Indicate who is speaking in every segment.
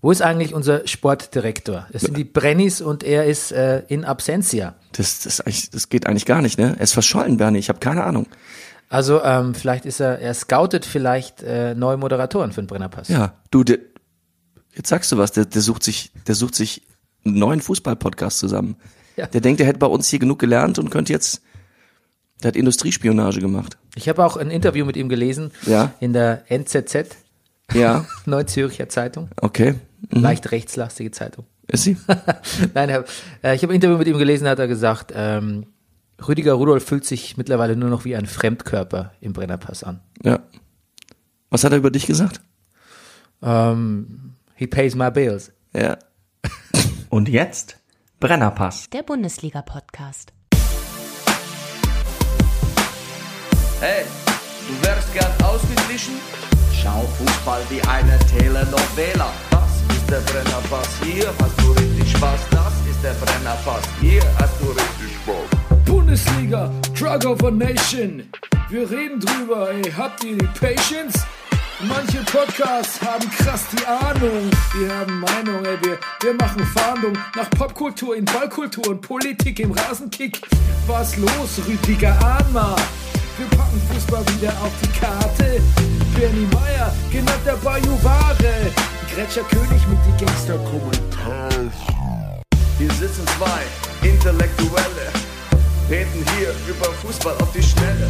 Speaker 1: Wo ist eigentlich unser Sportdirektor? Es sind die Brennis und er ist äh, in Absentia.
Speaker 2: Das, das, ist eigentlich- das geht eigentlich gar nicht, ne? Er ist verschollen, Bernie. Ich habe keine Ahnung.
Speaker 1: Also ähm, vielleicht ist er, er scoutet vielleicht äh, neue Moderatoren für den Brennerpass.
Speaker 2: Ja, du, der, jetzt sagst du was, der, der sucht sich, der sucht sich einen neuen Fußball-Podcast zusammen.
Speaker 1: Ja.
Speaker 2: Der denkt, er hätte bei uns hier genug gelernt und könnte jetzt, der hat Industriespionage gemacht.
Speaker 1: Ich habe auch ein Interview mit ihm gelesen
Speaker 2: Ja.
Speaker 1: in der NZZ,
Speaker 2: Ja,
Speaker 1: Neuzürcher Zeitung,
Speaker 2: okay.
Speaker 1: leicht rechtslastige Zeitung.
Speaker 2: Ist sie?
Speaker 1: Nein, Herr, äh, ich habe ein Interview mit ihm gelesen, da hat er gesagt, ähm, Rüdiger Rudolf fühlt sich mittlerweile nur noch wie ein Fremdkörper im Brennerpass an.
Speaker 2: Ja. Was hat er über dich gesagt?
Speaker 1: Ähm, he pays my bills.
Speaker 2: Ja.
Speaker 3: Und jetzt Brennerpass.
Speaker 4: Der Bundesliga-Podcast.
Speaker 5: Hey, du wärst gern ausgeglichen? Schau Fußball wie eine Telenovela. Das ist der Brennerpass, hier hast du richtig Spaß. Das ist der Brennerpass, hier hast du richtig Spaß.
Speaker 6: Bundesliga, Drug of a Nation. Wir reden drüber, ey, habt ihr die Patience? Manche Podcasts haben krass die Ahnung. Wir haben Meinung, ey, wir, wir machen Fahndung nach Popkultur in Ballkultur und Politik im Rasenkick. Was los, Rüdiger Ahnma? Wir packen Fußball wieder auf die Karte. Bernie Meyer, genannt der Bayou Ware. Gretscher König mit die Gangster-Kommentare.
Speaker 5: Hier sitzen zwei Intellektuelle, reden hier über Fußball auf die Schnelle.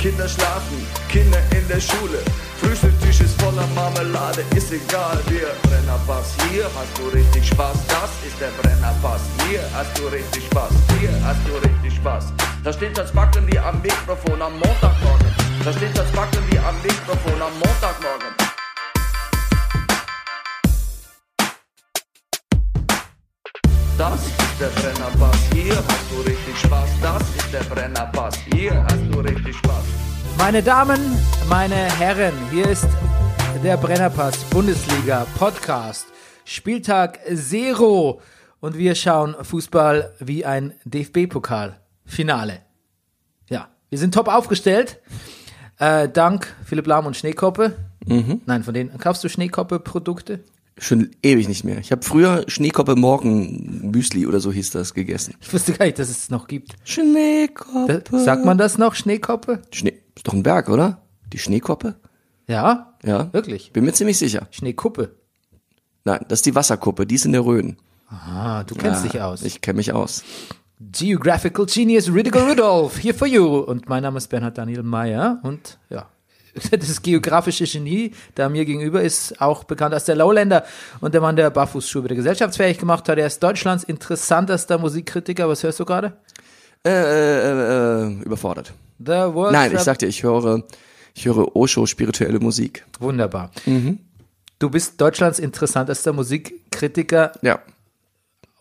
Speaker 5: Kinder schlafen, Kinder in der Schule. Frühstückstisch ist voller Marmelade, ist egal, wir Brennerpass. Hier hast du richtig Spaß, das ist der Brennerpass. Hier hast du richtig Spaß, hier hast du richtig Spaß. Da steht das Backen wie am Mikrofon am Montagmorgen. Da steht das Backen wie am Mikrofon am Montagmorgen. Das ist der Brennerpass, hier hast du richtig Spaß. Das ist der Brennerpass, hier hast du richtig Spaß.
Speaker 1: Meine Damen, meine Herren, hier ist der Brennerpass Bundesliga Podcast. Spieltag Zero und wir schauen Fußball wie ein DFB-Pokal. Finale. Ja, wir sind top aufgestellt. Äh, dank Philipp Lahm und Schneekoppe.
Speaker 2: Mhm.
Speaker 1: Nein, von denen kaufst du Schneekoppe-Produkte?
Speaker 2: Schon ewig nicht mehr. Ich habe früher Schneekoppe Morgen Müsli oder so hieß das gegessen.
Speaker 1: Ich wusste gar nicht, dass es noch gibt. Da,
Speaker 2: Schneekoppe.
Speaker 1: sagt man das noch, Schneekoppe?
Speaker 2: Schnee, ist doch ein Berg, oder? Die Schneekoppe?
Speaker 1: Ja,
Speaker 2: Ja.
Speaker 1: wirklich.
Speaker 2: Bin mir ziemlich sicher.
Speaker 1: Schneekuppe.
Speaker 2: Nein, das ist die Wasserkuppe, die ist in der Rhön.
Speaker 1: Ah, du kennst dich aus.
Speaker 2: Ich kenne mich aus.
Speaker 1: Geographical Genius Rüdiger Rudolph, here for you. Und mein Name ist Bernhard Daniel Meyer und ja, das geografische Genie, da mir gegenüber ist auch bekannt als der Lowlander und der Mann, der Barfußschuhe wieder gesellschaftsfähig gemacht hat. Er ist Deutschlands interessantester Musikkritiker. Was hörst du gerade?
Speaker 2: Äh, äh, äh, überfordert.
Speaker 1: The World
Speaker 2: Nein, ich
Speaker 1: Trap-
Speaker 2: sagte, ich höre, ich höre Osho spirituelle Musik.
Speaker 1: Wunderbar.
Speaker 2: Mhm.
Speaker 1: Du bist Deutschlands interessantester Musikkritiker
Speaker 2: Ja,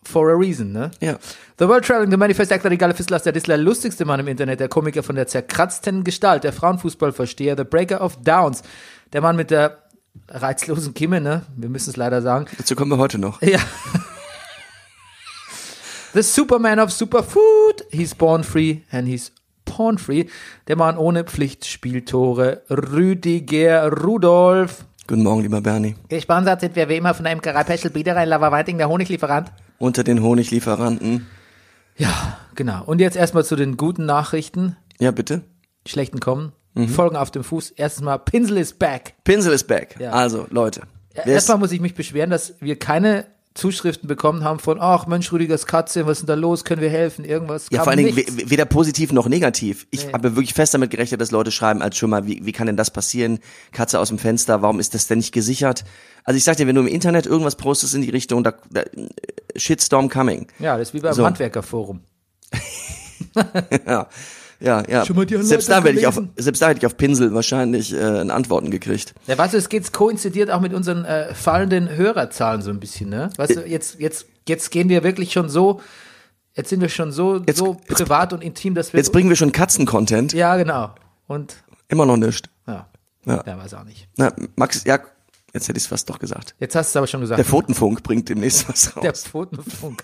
Speaker 1: for a reason, ne?
Speaker 2: ja.
Speaker 1: The World Traveling, The Manifest Actor, die geile Fistlas, der Dissler, lustigste Mann im Internet, der Komiker von der zerkratzten Gestalt, der Frauenfußballversteher, The Breaker of Downs, der Mann mit der reizlosen Kimme, ne? Wir müssen es leider sagen.
Speaker 2: Dazu kommen wir heute noch.
Speaker 1: Ja. The Superman of Superfood. He's born free and he's porn free. Der Mann ohne Pflichtspieltore, Rüdiger Rudolf.
Speaker 2: Guten Morgen, lieber Bernie.
Speaker 1: Gesponsert sind wir wie immer von einem Garapeschel Biederer in Laverweiting, der Honiglieferant.
Speaker 2: Unter den Honiglieferanten.
Speaker 1: Ja, genau. Und jetzt erstmal zu den guten Nachrichten.
Speaker 2: Ja, bitte.
Speaker 1: Die schlechten kommen.
Speaker 2: Mhm.
Speaker 1: Folgen auf dem Fuß. Erstens mal, Pinsel is back.
Speaker 2: Pinsel ist back.
Speaker 1: Ja.
Speaker 2: Also, Leute. wer ist-
Speaker 1: Erstmal muss ich mich beschweren, dass wir keine Zuschriften bekommen haben von, ach Mensch, Rüdigers Katze, was ist denn da los? Können wir helfen? Irgendwas?
Speaker 2: Ja,
Speaker 1: Kam
Speaker 2: vor allen Dingen
Speaker 1: nichts.
Speaker 2: we- weder positiv noch negativ. Ich habe wirklich fest damit gerechnet, dass Leute schreiben, als schon mal, wie, wie kann denn das passieren? Katze aus dem Fenster, warum ist das denn nicht gesichert? Also ich sag dir, wenn du im Internet irgendwas postest in die Richtung, da, da äh, Shitstorm coming.
Speaker 1: Ja, das ist wie beim
Speaker 2: So.
Speaker 1: Handwerkerforum.
Speaker 2: Ja, ja, ja.
Speaker 1: Schon mal die Anleitung
Speaker 2: Selbst da hätte ich auf,
Speaker 1: gelesen?
Speaker 2: selbst da hätte ich auf Pinsel wahrscheinlich äh, eine Antworten gekriegt.
Speaker 1: Ja, weißt du, es geht koinzidiert auch mit unseren äh, fallenden Hörerzahlen so ein bisschen, ne? Weißt
Speaker 2: Äh.
Speaker 1: du, jetzt, jetzt, jetzt gehen wir wirklich schon so, jetzt sind wir schon so,
Speaker 2: Jetzt-
Speaker 1: so
Speaker 2: jetzt-
Speaker 1: privat und intim, dass wir.
Speaker 2: Jetzt bringen wir schon Katzen-Content.
Speaker 1: ja, genau. Und,
Speaker 2: Immer noch nicht.
Speaker 1: ja.
Speaker 2: Ja.
Speaker 1: Ja, weiß auch nicht.
Speaker 2: Na, Max, ja, jetzt hätte ich es fast doch gesagt.
Speaker 1: Jetzt hast du es aber schon gesagt.
Speaker 2: Der Pfotenfunk bringt demnächst was raus.
Speaker 1: Der Pfotenfunk.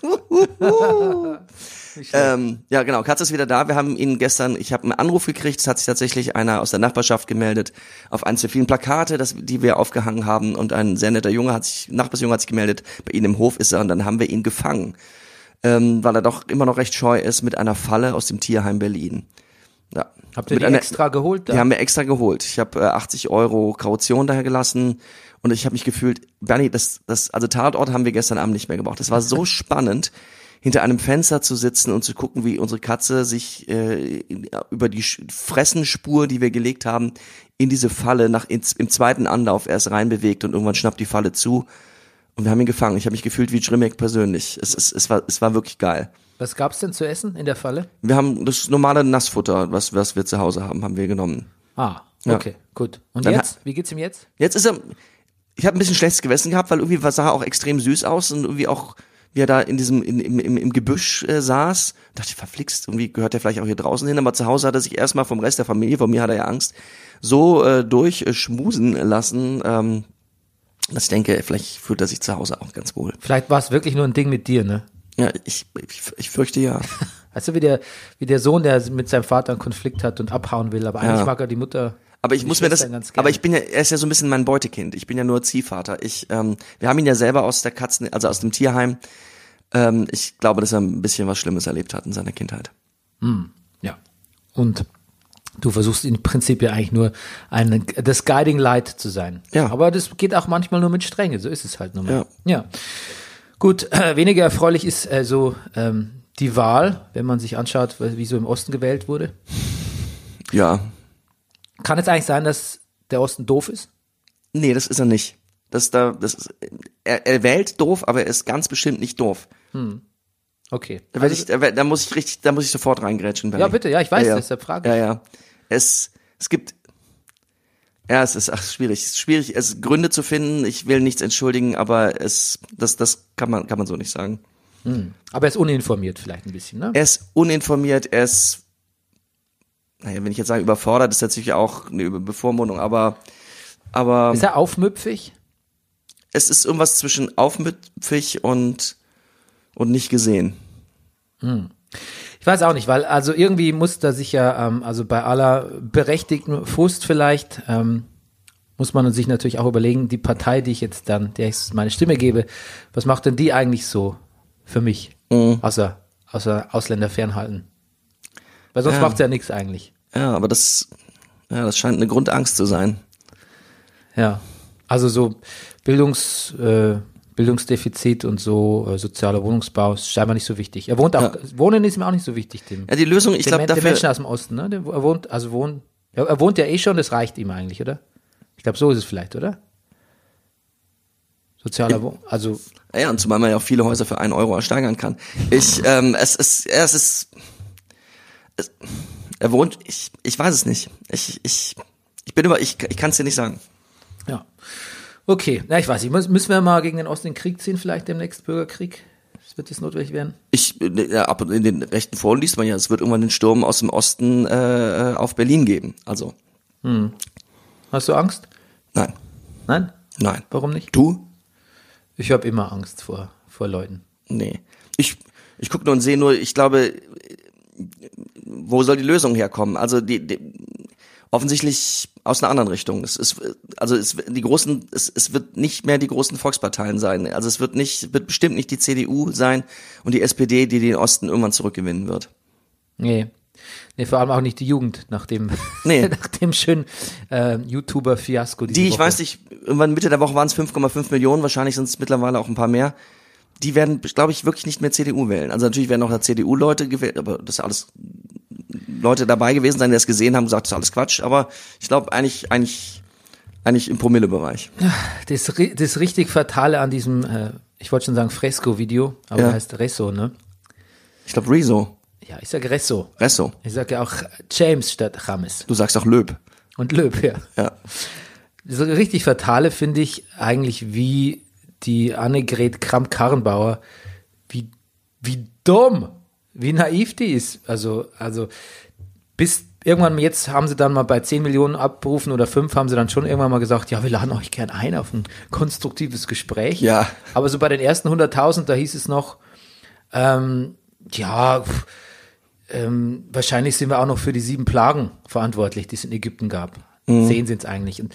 Speaker 2: ähm, ja, genau. Katz ist wieder da. Wir haben ihn gestern, ich habe einen Anruf gekriegt. Es hat sich tatsächlich einer aus der Nachbarschaft gemeldet auf eines der vielen Plakate, das, die wir aufgehangen haben. Und ein sehr netter Junge hat sich, Nachbarsjunge hat sich gemeldet. Bei ihnen im Hof ist er und dann haben wir ihn gefangen. Ähm, weil er doch immer noch recht scheu ist mit einer Falle aus dem Tierheim Berlin. Ja.
Speaker 1: Habt ihr
Speaker 2: Mit
Speaker 1: die
Speaker 2: einer-
Speaker 1: extra geholt?
Speaker 2: die
Speaker 1: Da?
Speaker 2: haben mir extra geholt. Ich habe äh, 80 Euro Kaution daher gelassen und ich habe mich gefühlt, Bernie, das, das, also Tatort haben wir gestern Abend nicht mehr gebraucht. Das war so spannend, hinter einem Fenster zu sitzen und zu gucken, wie unsere Katze sich äh, in- über die Sch- Fressenspur, die wir gelegt haben, in diese Falle nach ins, im zweiten Anlauf erst reinbewegt und irgendwann schnappt die Falle zu. Und wir haben ihn gefangen. Ich habe mich gefühlt wie Drimek persönlich. Es, es, es, war, es war wirklich geil.
Speaker 1: Was gab's denn zu essen in der Falle?
Speaker 2: Wir haben das normale Nassfutter, was, was wir zu Hause haben, haben wir genommen.
Speaker 1: Ah,
Speaker 2: Ja.
Speaker 1: okay, gut. Und
Speaker 2: Dann
Speaker 1: jetzt? Wie geht's ihm jetzt?
Speaker 2: Jetzt ist er. Ich habe ein bisschen schlechtes Gewissen gehabt, weil irgendwie war- sah er auch extrem süß aus und irgendwie auch, wie er da in diesem, in, im, im, im Gebüsch äh, saß. Dachte ich, verflixt, irgendwie gehört er vielleicht auch hier draußen hin, aber zu Hause hat er sich erstmal vom Rest der Familie, von mir hat er ja Angst, so äh, durchschmusen lassen, ähm, dass ich denke, vielleicht fühlt er sich zu Hause auch ganz wohl.
Speaker 1: Vielleicht war es wirklich nur ein Ding mit dir, ne?
Speaker 2: Ja, ich, ich, ich fürchte ja.
Speaker 1: Weißt du, wie der, wie der Sohn, der mit seinem Vater einen Konflikt hat und abhauen will, aber eigentlich
Speaker 2: Ja.
Speaker 1: mag er die Mutter.
Speaker 2: Aber ich
Speaker 1: und die
Speaker 2: muss mir das.
Speaker 1: Schwestern ganz gerne.
Speaker 2: Aber ich bin ja, er ist ja so ein bisschen mein Beutekind. Ich bin ja nur Ziehvater. Ich, ähm, wir haben ihn ja selber aus der Katzen, also aus dem Tierheim. Ähm, ich glaube, dass er ein bisschen was Schlimmes erlebt hat in seiner Kindheit.
Speaker 1: Ja. Und du versuchst im Prinzip ja eigentlich nur ein, das Guiding Light zu sein.
Speaker 2: Ja.
Speaker 1: Aber das geht auch manchmal nur mit Strenge, so ist es halt nun mal. Ja. Gut, äh, weniger erfreulich ist äh, so ähm, die Wahl, wenn man sich anschaut, wie so im Osten gewählt wurde.
Speaker 2: Ja.
Speaker 1: Kann es eigentlich sein, dass der Osten doof ist?
Speaker 2: Nee, das ist er nicht. Das da, das ist, er, er wählt doof, aber er ist ganz bestimmt nicht doof.
Speaker 1: Okay.
Speaker 2: Da, werd ich, da, werd- da muss ich richtig, da muss ich sofort reingrätschen. Benny.
Speaker 1: Also Ja, bitte, ja, ich weiß,
Speaker 2: ja,
Speaker 1: deshalb frage
Speaker 2: Ja,
Speaker 1: ich.
Speaker 2: ja. Es, es gibt, ja, es ist ach, schwierig, es ist schwierig, es Gründe zu finden. Ich will nichts entschuldigen, aber es, das, das kann man, kann man so nicht sagen.
Speaker 1: Aber er ist uninformiert vielleicht ein bisschen, ne?
Speaker 2: Er ist uninformiert, er ist, naja, wenn ich jetzt sage überfordert, ist natürlich auch eine Über- Bevormundung, aber, aber
Speaker 1: Ist er aufmüpfig?
Speaker 2: es ist irgendwas zwischen aufmüpfig und, und nicht gesehen.
Speaker 1: Ich weiß auch nicht, weil also irgendwie muss da sich ja, ähm, also bei aller berechtigten Frust vielleicht, ähm, muss man sich natürlich auch überlegen, die Partei, die ich jetzt dann, der ich meine Stimme gebe, was macht denn die eigentlich so für mich?
Speaker 2: Mhm.
Speaker 1: Außer, außer Ausländer fernhalten. Weil sonst
Speaker 2: Ja.
Speaker 1: macht ja nichts eigentlich.
Speaker 2: Ja, aber das, ja, das scheint eine Grundangst zu sein.
Speaker 1: Ja. Also so Bildungs, äh, Bildungsdefizit und so äh, sozialer Wohnungsbau ist scheinbar nicht so wichtig. Er wohnt auch, Wohnen ist ihm auch nicht so wichtig, dem.
Speaker 2: Ja, die Lösung, ich
Speaker 1: Den
Speaker 2: glaube,
Speaker 1: Men- den
Speaker 2: dafür,
Speaker 1: Menschen aus dem Osten, ne? Der, er wohnt, also wohnt, ja, er wohnt ja eh schon, das reicht ihm eigentlich, oder? Ich glaube, so ist es vielleicht, oder? Sozialer Wohn, also
Speaker 2: ja, und zumal man ja auch viele Häuser für einen Euro ersteigern kann. Ich, ähm, es ist, ja, es ist, es, er wohnt, ich, ich weiß es nicht. Ich, ich, ich bin über, ich, ich kann es dir nicht sagen.
Speaker 1: ja. Okay, na ich weiß nicht, muss- müssen wir mal gegen den Osten in den Krieg ziehen, vielleicht demnächst Bürgerkrieg? Das wird das notwendig werden?
Speaker 2: Ich, ja, ab und in den rechten Foren liest man ja, es wird irgendwann den Sturm aus dem Osten äh, auf Berlin geben. Also,
Speaker 1: Hast du Angst?
Speaker 2: nein,
Speaker 1: Nein?
Speaker 2: nein.
Speaker 1: Warum nicht?
Speaker 2: Du?
Speaker 1: Ich habe immer Angst vor, vor Leuten.
Speaker 2: Nee. Ich, ich gucke nur und sehe nur, ich glaube, wo soll die Lösung herkommen? Also die, die offensichtlich aus einer anderen Richtung. Es ist also es die großen es, es wird nicht mehr die großen Volksparteien sein. Also es wird nicht wird bestimmt nicht die CDU sein und die SPD, die den Osten irgendwann zurückgewinnen wird.
Speaker 1: Nee. Nee, vor allem auch nicht die Jugend, nach dem,
Speaker 2: Nee.
Speaker 1: nach dem schönen äh, YouTuber-Fiasko. diese
Speaker 2: Die, ich
Speaker 1: Woche.
Speaker 2: weiß nicht, irgendwann Mitte der Woche waren es 5,5 Millionen, wahrscheinlich sind es mittlerweile auch ein paar mehr. Die werden, glaube ich, wirklich nicht mehr CDU wählen. Also natürlich werden auch da CDU-Leute gewählt, aber das ist alles Leute dabei gewesen sein, die das gesehen haben, gesagt, das ist alles Quatsch. Aber ich glaube eigentlich, eigentlich, eigentlich im Promille-Bereich.
Speaker 1: das, ri- das richtig Fatale an diesem, äh, ich wollte schon sagen Fresco-Video, aber
Speaker 2: Ja.
Speaker 1: das heißt Resso, ne?
Speaker 2: Ich glaube Rezo,
Speaker 1: Ja, ich sage Resso.
Speaker 2: Resso.
Speaker 1: Ich sage ja auch James statt Rames
Speaker 2: Du sagst auch Löb.
Speaker 1: und Löb, ja.
Speaker 2: Ja.
Speaker 1: So richtig Fatale finde ich eigentlich, wie die Annegret Kramp-Karrenbauer, wie, wie dumm, wie naiv die ist. Also, also, bis irgendwann jetzt haben sie dann mal bei 10 Millionen Abrufen oder 5 haben sie dann schon irgendwann mal gesagt, ja, wir laden euch gern ein auf ein konstruktives Gespräch.
Speaker 2: Ja.
Speaker 1: Aber so bei den ersten 100.000, da hieß es noch, Ähm, ja, pff, ähm, wahrscheinlich sind wir auch noch für die sieben Plagen verantwortlich, die es in Ägypten gab.
Speaker 2: Mhm.
Speaker 1: Zehn sind es eigentlich. Und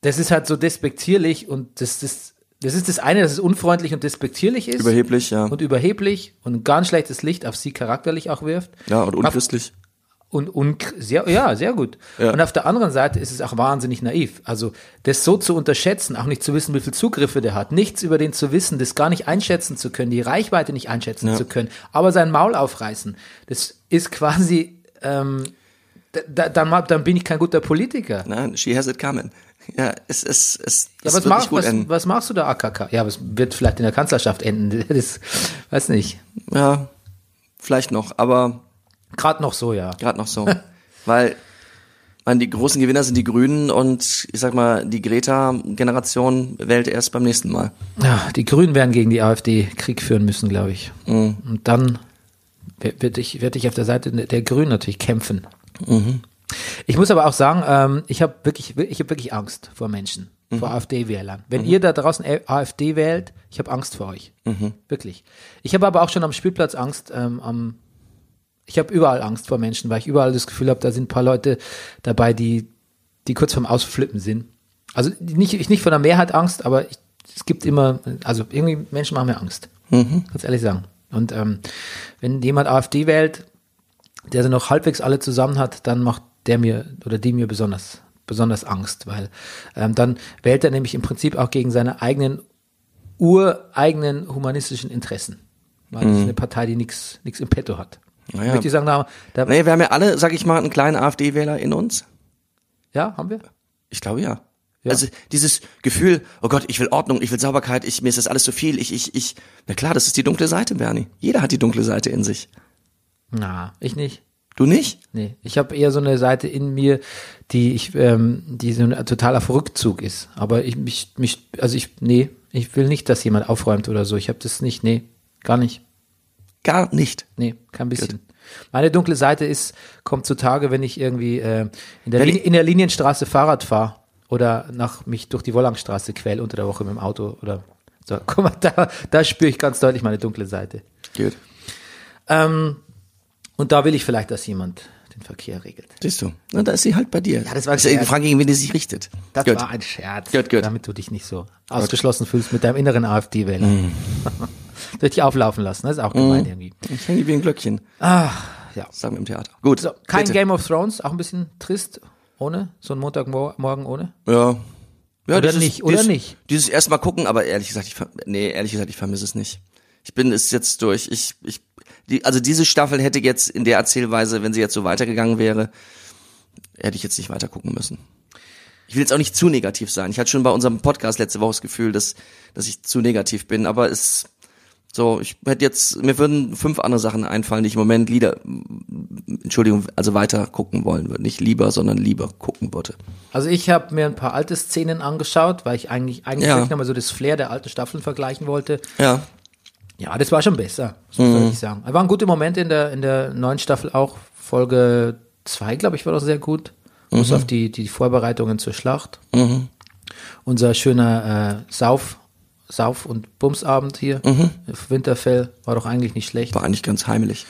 Speaker 1: das ist halt so despektierlich und das, das, das ist das eine, dass es unfreundlich und despektierlich ist.
Speaker 2: Überheblich, ja.
Speaker 1: Und überheblich und ein ganz schlechtes Licht auf sie charakterlich auch wirft.
Speaker 2: ja, und
Speaker 1: Auf-
Speaker 2: unchristlich.
Speaker 1: und, und sehr, ja, sehr gut.
Speaker 2: Ja.
Speaker 1: Und auf der anderen Seite ist es auch wahnsinnig naiv. Also das so zu unterschätzen, auch nicht zu wissen, wie viel Zugriffe der hat, nichts über den zu wissen, das gar nicht einschätzen zu können, die Reichweite nicht einschätzen zu können, aber sein Maul aufreißen, das ist quasi, ähm, da- da, dann, hab- dann bin ich kein guter Politiker.
Speaker 2: Nein, she has it coming. Ja, es, es, es,
Speaker 1: Ja, was,
Speaker 2: es wird nicht
Speaker 1: mach,
Speaker 2: gut
Speaker 1: was,
Speaker 2: enden.
Speaker 1: was machst du da, AKK? Ja, aber es wird vielleicht in der Kanzlerschaft enden. Das weiß nicht.
Speaker 2: Ja, vielleicht noch, aber
Speaker 1: Gerade noch so, ja.
Speaker 2: gerade noch so. Weil man, die großen Gewinner sind die Grünen und ich sag mal, die Greta-Generation wählt erst beim nächsten Mal.
Speaker 1: Ja, die Grünen werden gegen die AfD Krieg führen müssen, glaube ich. Und dann werde ich, werd ich auf der Seite der Grünen natürlich kämpfen. Ich muss aber auch sagen, ähm, ich habe wirklich, ich hab wirklich Angst vor Menschen, vor AfD-Wählern. Wenn ihr da draußen A- AfD wählt, ich habe Angst vor euch. Wirklich. Ich habe aber auch schon am Spielplatz Angst, ähm, am, ich habe überall Angst vor Menschen, weil ich überall das Gefühl habe, da sind ein paar Leute dabei, die, die kurz vorm Ausflippen sind. Also nicht, ich nicht von der Mehrheit Angst, aber ich, es gibt immer, also irgendwie Menschen machen mir Angst. Ganz ehrlich sagen. Und ähm, wenn jemand AfD wählt, der sie noch halbwegs alle zusammen hat, dann macht der mir oder die mir besonders, besonders Angst, weil ähm, dann wählt er nämlich im Prinzip auch gegen seine eigenen ureigenen humanistischen Interessen. Weil das ist eine Partei, die nichts im Petto hat.
Speaker 2: Naja.
Speaker 1: Möchte ich sagen, da, da,
Speaker 2: Naja, wir haben ja alle, sag ich mal, einen kleinen AfD-Wähler in uns.
Speaker 1: ja, haben wir?
Speaker 2: Ich glaube ja. Also dieses Gefühl, oh Gott, ich will Ordnung, ich will Sauberkeit, ich, mir ist das alles zu viel, ich, ich, ich. Na klar, das ist die dunkle Seite, Bernie. Jeder hat die dunkle Seite in sich.
Speaker 1: Na, ich nicht.
Speaker 2: Du nicht?
Speaker 1: Nee, ich habe eher so eine Seite in mir, die ich, ähm, die so ein totaler Rückzug ist. Aber ich mich, mich, also ich, nee, ich will nicht, dass jemand aufräumt oder so. Ich habe das nicht, nee, gar nicht.
Speaker 2: Gar nicht.
Speaker 1: Nee, kein bisschen. Meine dunkle Seite ist, kommt zutage, wenn ich irgendwie äh, in, der
Speaker 2: Wenn
Speaker 1: Lin-
Speaker 2: ich-
Speaker 1: in der Linienstraße Fahrrad fahre oder nach mich durch die Wollangstraße quäl unter der Woche mit dem Auto oder so. Guck mal, da, da spüre ich ganz deutlich meine dunkle Seite.
Speaker 2: Gut.
Speaker 1: Ähm, und da will ich vielleicht, dass jemand den Verkehr regelt.
Speaker 2: Siehst du. Na, da ist sie halt bei dir.
Speaker 1: Ja, das war ein
Speaker 2: ist die
Speaker 1: Scherz.
Speaker 2: Frage, gegen wen die sich richtet.
Speaker 1: Das
Speaker 2: Gut.
Speaker 1: war ein Scherz.
Speaker 2: Gut, gut. Mhm.
Speaker 1: Damit du dich nicht so ausgeschlossen fühlst mit deinem inneren AfD-Wähler. Durch dich auflaufen lassen, das ist auch gemein irgendwie. Ah,
Speaker 2: Ich hänge wie ein Glöckchen. Ach,
Speaker 1: ja.
Speaker 2: Sagen wir im Theater. Gut.
Speaker 1: So, kein
Speaker 2: bitte.
Speaker 1: Game of Thrones, auch ein bisschen trist, ohne? So ein Montagmorgen ohne?
Speaker 2: Ja. ja
Speaker 1: Oder nicht, oder
Speaker 2: dieses,
Speaker 1: nicht?
Speaker 2: Dieses erstmal gucken, aber ehrlich gesagt, ich, ver- nee, ehrlich gesagt, ich vermisse es nicht. Ich bin es jetzt durch. Ich, ich, die, also diese Staffel hätte jetzt in der Erzählweise, wenn sie jetzt so weitergegangen wäre, hätte ich jetzt nicht weiter gucken müssen. Ich will jetzt auch nicht zu negativ sein. Ich hatte schon bei unserem Podcast letzte Woche das Gefühl, dass, dass ich zu negativ bin, aber es, so, ich hätte jetzt, mir würden fünf andere Sachen einfallen, die ich im Moment Lieder, Entschuldigung, also weiter gucken wollen würde. Nicht lieber, sondern lieber gucken würde.
Speaker 1: Also ich habe mir ein paar alte Szenen angeschaut, weil ich eigentlich eigentlich
Speaker 2: Ja.
Speaker 1: ja. nochmal so das Flair der alten Staffeln vergleichen wollte.
Speaker 2: Ja.
Speaker 1: Ja, das war schon besser, das muss man ich sagen. Aber waren gute Momente in der in der neuen Staffel auch. Folge 2, glaube ich, war doch sehr gut. Muss auf die die Vorbereitungen zur Schlacht. Unser schöner äh, Sauf Sauf und Bumsabend hier auf Winterfell war doch eigentlich nicht schlecht.
Speaker 2: War eigentlich ganz heimelig.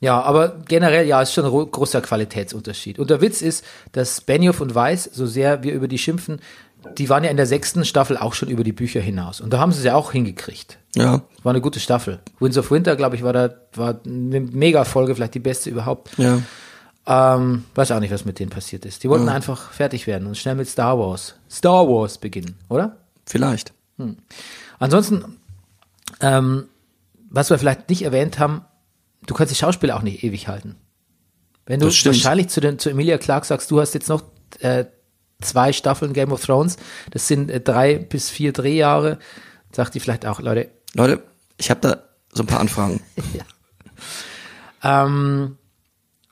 Speaker 1: Ja, aber generell, ja, ist schon ein ro- großer Qualitätsunterschied. Und der Witz ist, dass Benioff und Weiss, so sehr wir über die schimpfen, die waren ja in der sechsten Staffel auch schon über die Bücher hinaus. Und da haben sie es ja auch hingekriegt.
Speaker 2: Ja.
Speaker 1: War eine gute Staffel. Winds of Winter, glaube ich, war da war eine Mega-Folge, vielleicht die beste überhaupt.
Speaker 2: Ja.
Speaker 1: Ähm, weiß auch nicht, was mit denen passiert ist. Die wollten einfach fertig werden und schnell mit Star Wars, Star Wars beginnen, oder?
Speaker 2: Vielleicht.
Speaker 1: Ansonsten, ähm, was wir vielleicht nicht erwähnt haben, du kannst die Schauspieler auch nicht ewig halten. Wenn du
Speaker 2: Das stimmt.
Speaker 1: wahrscheinlich zu, den, zu Emilia Clark sagst, du hast jetzt noch äh, zwei Staffeln Game of Thrones, das sind äh, drei bis vier Drehjahre, sagt die vielleicht auch, Leute,
Speaker 2: Leute, ich habe da so ein paar Anfragen.
Speaker 1: Ähm,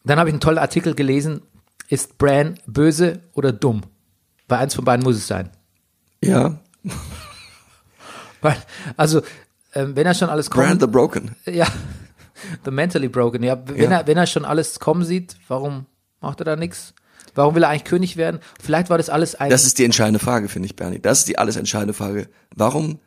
Speaker 1: dann habe ich einen tollen Artikel gelesen. Ist Bran böse oder dumm? Bei eins von beiden muss es sein.
Speaker 2: Ja.
Speaker 1: Weil, also, ähm, wenn er schon alles kommt,
Speaker 2: Brand the Broken.
Speaker 1: ja, the mentally broken, ja, wenn,
Speaker 2: Ja.
Speaker 1: Er, wenn er schon alles kommen sieht, warum macht er da nichts? Warum will er eigentlich König werden? Vielleicht war das alles ein,
Speaker 2: Das ist die entscheidende Frage, finde ich, Bernie. Das ist die alles entscheidende Frage. Warum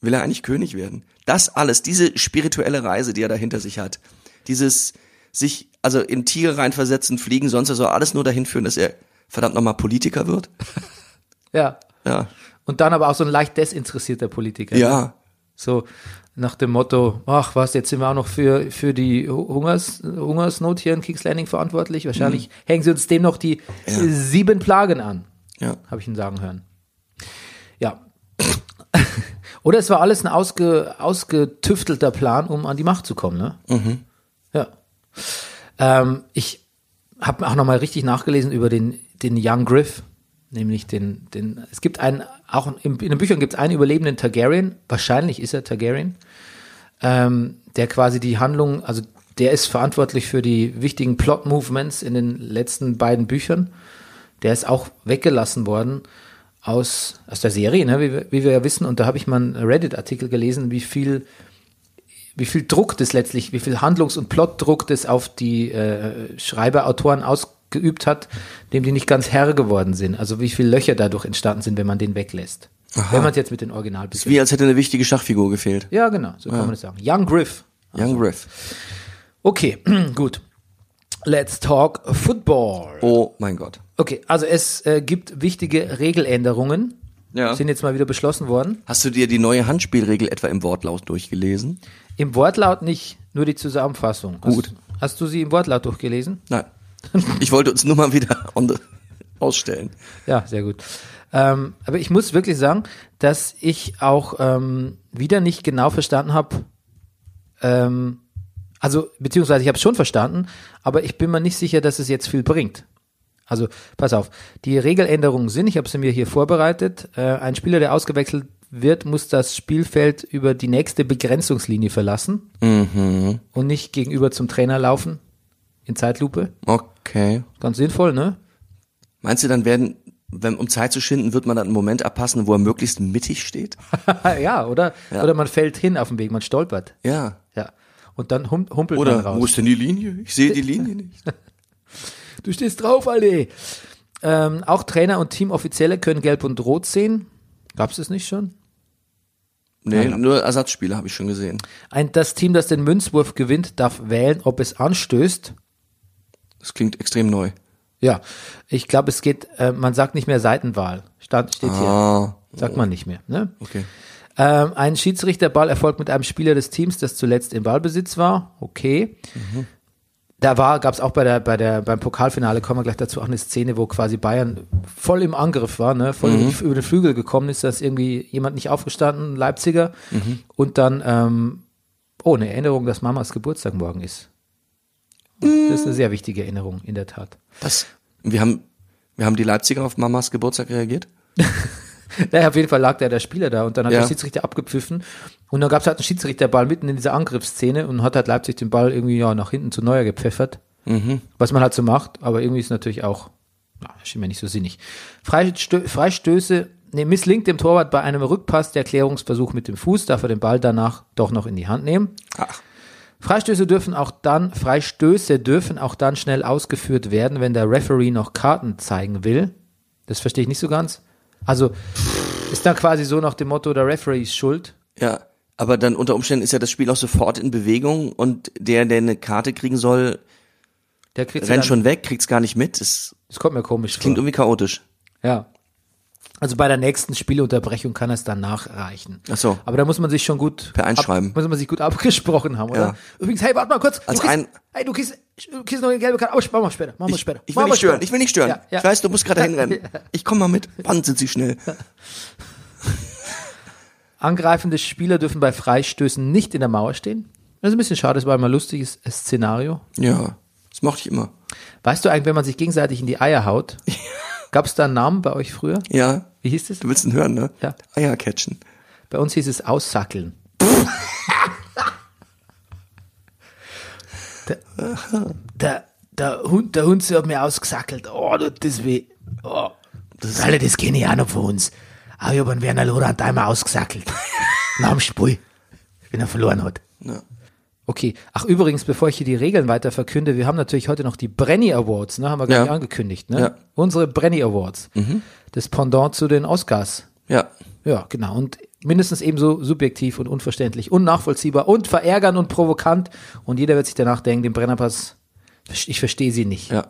Speaker 2: will er eigentlich König werden? Das alles, diese spirituelle Reise, die er da hinter sich hat, dieses sich also in Tiere reinversetzen, fliegen, sonst was, alles nur dahin führen, dass er verdammt nochmal Politiker wird.
Speaker 1: Ja.
Speaker 2: Ja,
Speaker 1: Und dann aber auch so ein leicht desinteressierter Politiker.
Speaker 2: ja,
Speaker 1: So nach dem Motto, ach was, jetzt sind wir auch noch für, für die Hu- Hungers, Hungersnot hier in Kings Landing verantwortlich. Wahrscheinlich hängen sie uns dem noch die
Speaker 2: Ja.
Speaker 1: äh, sieben Plagen an,
Speaker 2: ja.
Speaker 1: habe ich ihn sagen hören. Ja. Oder es war alles ein ausge, ausgetüftelter Plan, um an die Macht zu kommen, ne? Ja. Ähm, ich habe auch nochmal richtig nachgelesen über den, den Young Griff, nämlich den, den, es gibt einen, auch in, in den Büchern gibt es einen überlebenden Targaryen, wahrscheinlich ist er Targaryen, ähm, der quasi die Handlung, also der ist verantwortlich für die wichtigen Plot-Movements in den letzten beiden Büchern. Der ist auch weggelassen worden aus, aus der Serie, ne, wie, wir- wie wir ja wissen. Und da habe ich mal einen Reddit-Artikel gelesen, wie viel wie viel Druck das letztlich, wie viel Handlungs- und Plotdruck das auf die äh, Schreiber, Autoren ausgeübt hat, dem die nicht ganz Herr geworden sind. Also wie viele Löcher dadurch entstanden sind, wenn man den weglässt. Wenn man es jetzt mit den Original
Speaker 2: Ist Wie als hätte eine wichtige Schachfigur gefehlt.
Speaker 1: Ja, genau, so kann man das sagen. Young Griff.
Speaker 2: Young Griff.
Speaker 1: Okay, gut. Let's talk football.
Speaker 2: Oh mein Gott.
Speaker 1: Okay, also es äh, gibt wichtige Regeländerungen.
Speaker 2: Ja.
Speaker 1: Sind jetzt mal wieder beschlossen worden.
Speaker 2: Hast du dir die neue Handspielregel etwa im Wortlaut durchgelesen?
Speaker 1: Im Wortlaut nicht, nur die Zusammenfassung.
Speaker 2: Gut.
Speaker 1: Hast, hast du sie im Wortlaut durchgelesen?
Speaker 2: Nein. Ich wollte uns nur mal wieder on the ausstellen.
Speaker 1: Ja, sehr gut. Ähm, aber ich muss wirklich sagen, dass ich auch ähm, wieder nicht genau verstanden habe, ähm, also beziehungsweise ich habe es schon verstanden, aber ich bin mir nicht sicher, dass es jetzt viel bringt. Also pass auf, die Regeländerungen sind, ich habe sie mir hier vorbereitet, äh, ein Spieler, der ausgewechselt wird, muss das Spielfeld über die nächste Begrenzungslinie verlassen und nicht gegenüber zum Trainer laufen in Zeitlupe.
Speaker 2: Okay.
Speaker 1: Ganz sinnvoll, ne?
Speaker 2: Meinst du, dann werden, wenn, um Zeit zu schinden, wird man dann einen Moment abpassen, wo er möglichst mittig steht?
Speaker 1: ja, oder?
Speaker 2: Ja.
Speaker 1: Oder man fällt hin auf dem Weg, man stolpert.
Speaker 2: Ja.
Speaker 1: Ja. Und dann hum humpelt man
Speaker 2: Oder,
Speaker 1: raus.
Speaker 2: wo ist denn die Linie? Ich sehe die Linie nicht.
Speaker 1: Du stehst drauf, Alter. Ähm, auch Trainer und Teamoffizielle können gelb und rot sehen. Gab's das nicht schon?
Speaker 2: Nee, nur Ersatzspieler habe ich schon gesehen.
Speaker 1: Ein, das Team, das den Münzwurf gewinnt, darf wählen, ob es anstößt.
Speaker 2: Das klingt extrem neu.
Speaker 1: Ja, ich glaube, es geht, äh, man sagt nicht mehr Seitenwahl. Stand, steht
Speaker 2: Ah,
Speaker 1: hier. Sagt man nicht mehr. Ne?
Speaker 2: okay.
Speaker 1: Ähm, ein Schiedsrichterball erfolgt mit einem Spieler des Teams, das zuletzt im Ballbesitz war. Okay. Da war, gab es auch bei der, bei der, beim Pokalfinale, kommen wir gleich dazu, auch eine Szene, wo quasi Bayern voll im Angriff war, ne? voll über die- über den Flügel gekommen ist, da ist irgendwie jemand nicht aufgestanden, ein Leipziger. Und dann, ähm, oh, eine Erinnerung, dass Mamas Geburtstag morgen ist. Das ist eine sehr wichtige Erinnerung, in der Tat.
Speaker 2: Was? Wir haben, wir haben die Leipziger auf Mamas Geburtstag reagiert?
Speaker 1: Naja, auf jeden Fall lag da der Spieler da und dann hat
Speaker 2: Ja.
Speaker 1: der Schiedsrichter abgepfiffen und dann gab es halt einen Schiedsrichterball mitten in dieser Angriffsszene und hat halt Leipzig den Ball irgendwie ja, nach hinten zu Neuer gepfeffert,
Speaker 2: Mhm.
Speaker 1: was man halt so macht, aber irgendwie ist natürlich auch, na, schien mir nicht so sinnig. Freistö Freistöße, nee, misslingt dem Torwart bei einem Rückpass der Klärungsversuch mit dem Fuß, darf er den Ball danach doch noch in die Hand nehmen.
Speaker 2: Ach.
Speaker 1: Freistöße dürfen auch dann, Freistöße dürfen auch dann schnell ausgeführt werden, wenn der Referee noch Karten zeigen will. Das verstehe ich nicht so ganz. Also ist dann quasi so nach dem Motto, der Referee ist schuld.
Speaker 2: Ja, aber dann unter Umständen ist ja das Spiel auch sofort in Bewegung und der, der eine Karte kriegen soll,
Speaker 1: Der kriegt sie
Speaker 2: rennt
Speaker 1: Also dann,
Speaker 2: schon weg, kriegt's gar nicht mit. Das
Speaker 1: Das kommt mir komisch
Speaker 2: klingt
Speaker 1: vor.
Speaker 2: irgendwie chaotisch.
Speaker 1: Ja. Also bei der nächsten Spielunterbrechung kann er es dann nachreichen.
Speaker 2: Ach so.
Speaker 1: Aber da muss man sich schon gut
Speaker 2: Per Einschreiben.
Speaker 1: Ab, muss man sich gut abgesprochen haben, oder?
Speaker 2: Ja.
Speaker 1: Übrigens, hey, warte mal kurz.
Speaker 2: Als
Speaker 1: du kriegst,
Speaker 2: ein-
Speaker 1: hey, du kriegst, du kriegst noch eine gelbe Karte. Aber machen wir später. Machen wir
Speaker 2: Ich,
Speaker 1: später.
Speaker 2: ich will
Speaker 1: Machen
Speaker 2: nicht
Speaker 1: wir
Speaker 2: stören,
Speaker 1: später.
Speaker 2: ich will nicht stören.
Speaker 1: Ja, ja.
Speaker 2: Ich weiß, du musst gerade hinrennen. Ich komm mal mit. Wann sind sie schnell?
Speaker 1: Angreifende Spieler dürfen bei Freistößen nicht in der Mauer stehen. Das ist ein bisschen schade, das war immer ein lustiges äh, Szenario.
Speaker 2: Ja, das mochte ich immer.
Speaker 1: Weißt du eigentlich, wenn man sich gegenseitig in die Eier haut, gab es da einen Namen bei euch früher?
Speaker 2: Ja,
Speaker 1: Wie hieß das?
Speaker 2: du willst ihn hören, ne?
Speaker 1: Ja.
Speaker 2: Eier catchen.
Speaker 1: Bei uns hieß es Aussackeln. der, der, der, Hund, der Hund hat mir ausgesackelt. Oh, tut das weh. Oh. Das Alter, das kenne ich auch noch von uns. Aber ich habe einen Werner Lorand einmal ausgesackelt. Nach dem Spiel. Wenn er verloren hat.
Speaker 2: Ja.
Speaker 1: Okay, ach übrigens, bevor ich hier die Regeln weiter verkünde, wir haben natürlich heute noch die Brenny Awards, ne? haben wir gar
Speaker 2: Ja.
Speaker 1: nicht angekündigt. Ne?
Speaker 2: Ja. Mhm.
Speaker 1: Unsere Brenny Awards, das Pendant zu den Oscars.
Speaker 2: Ja,
Speaker 1: Ja, genau. Und mindestens ebenso subjektiv und unverständlich, unnachvollziehbar und verärgern und provokant. Und jeder wird sich danach denken, den Brennerpass, ich verstehe sie nicht.
Speaker 2: Ja.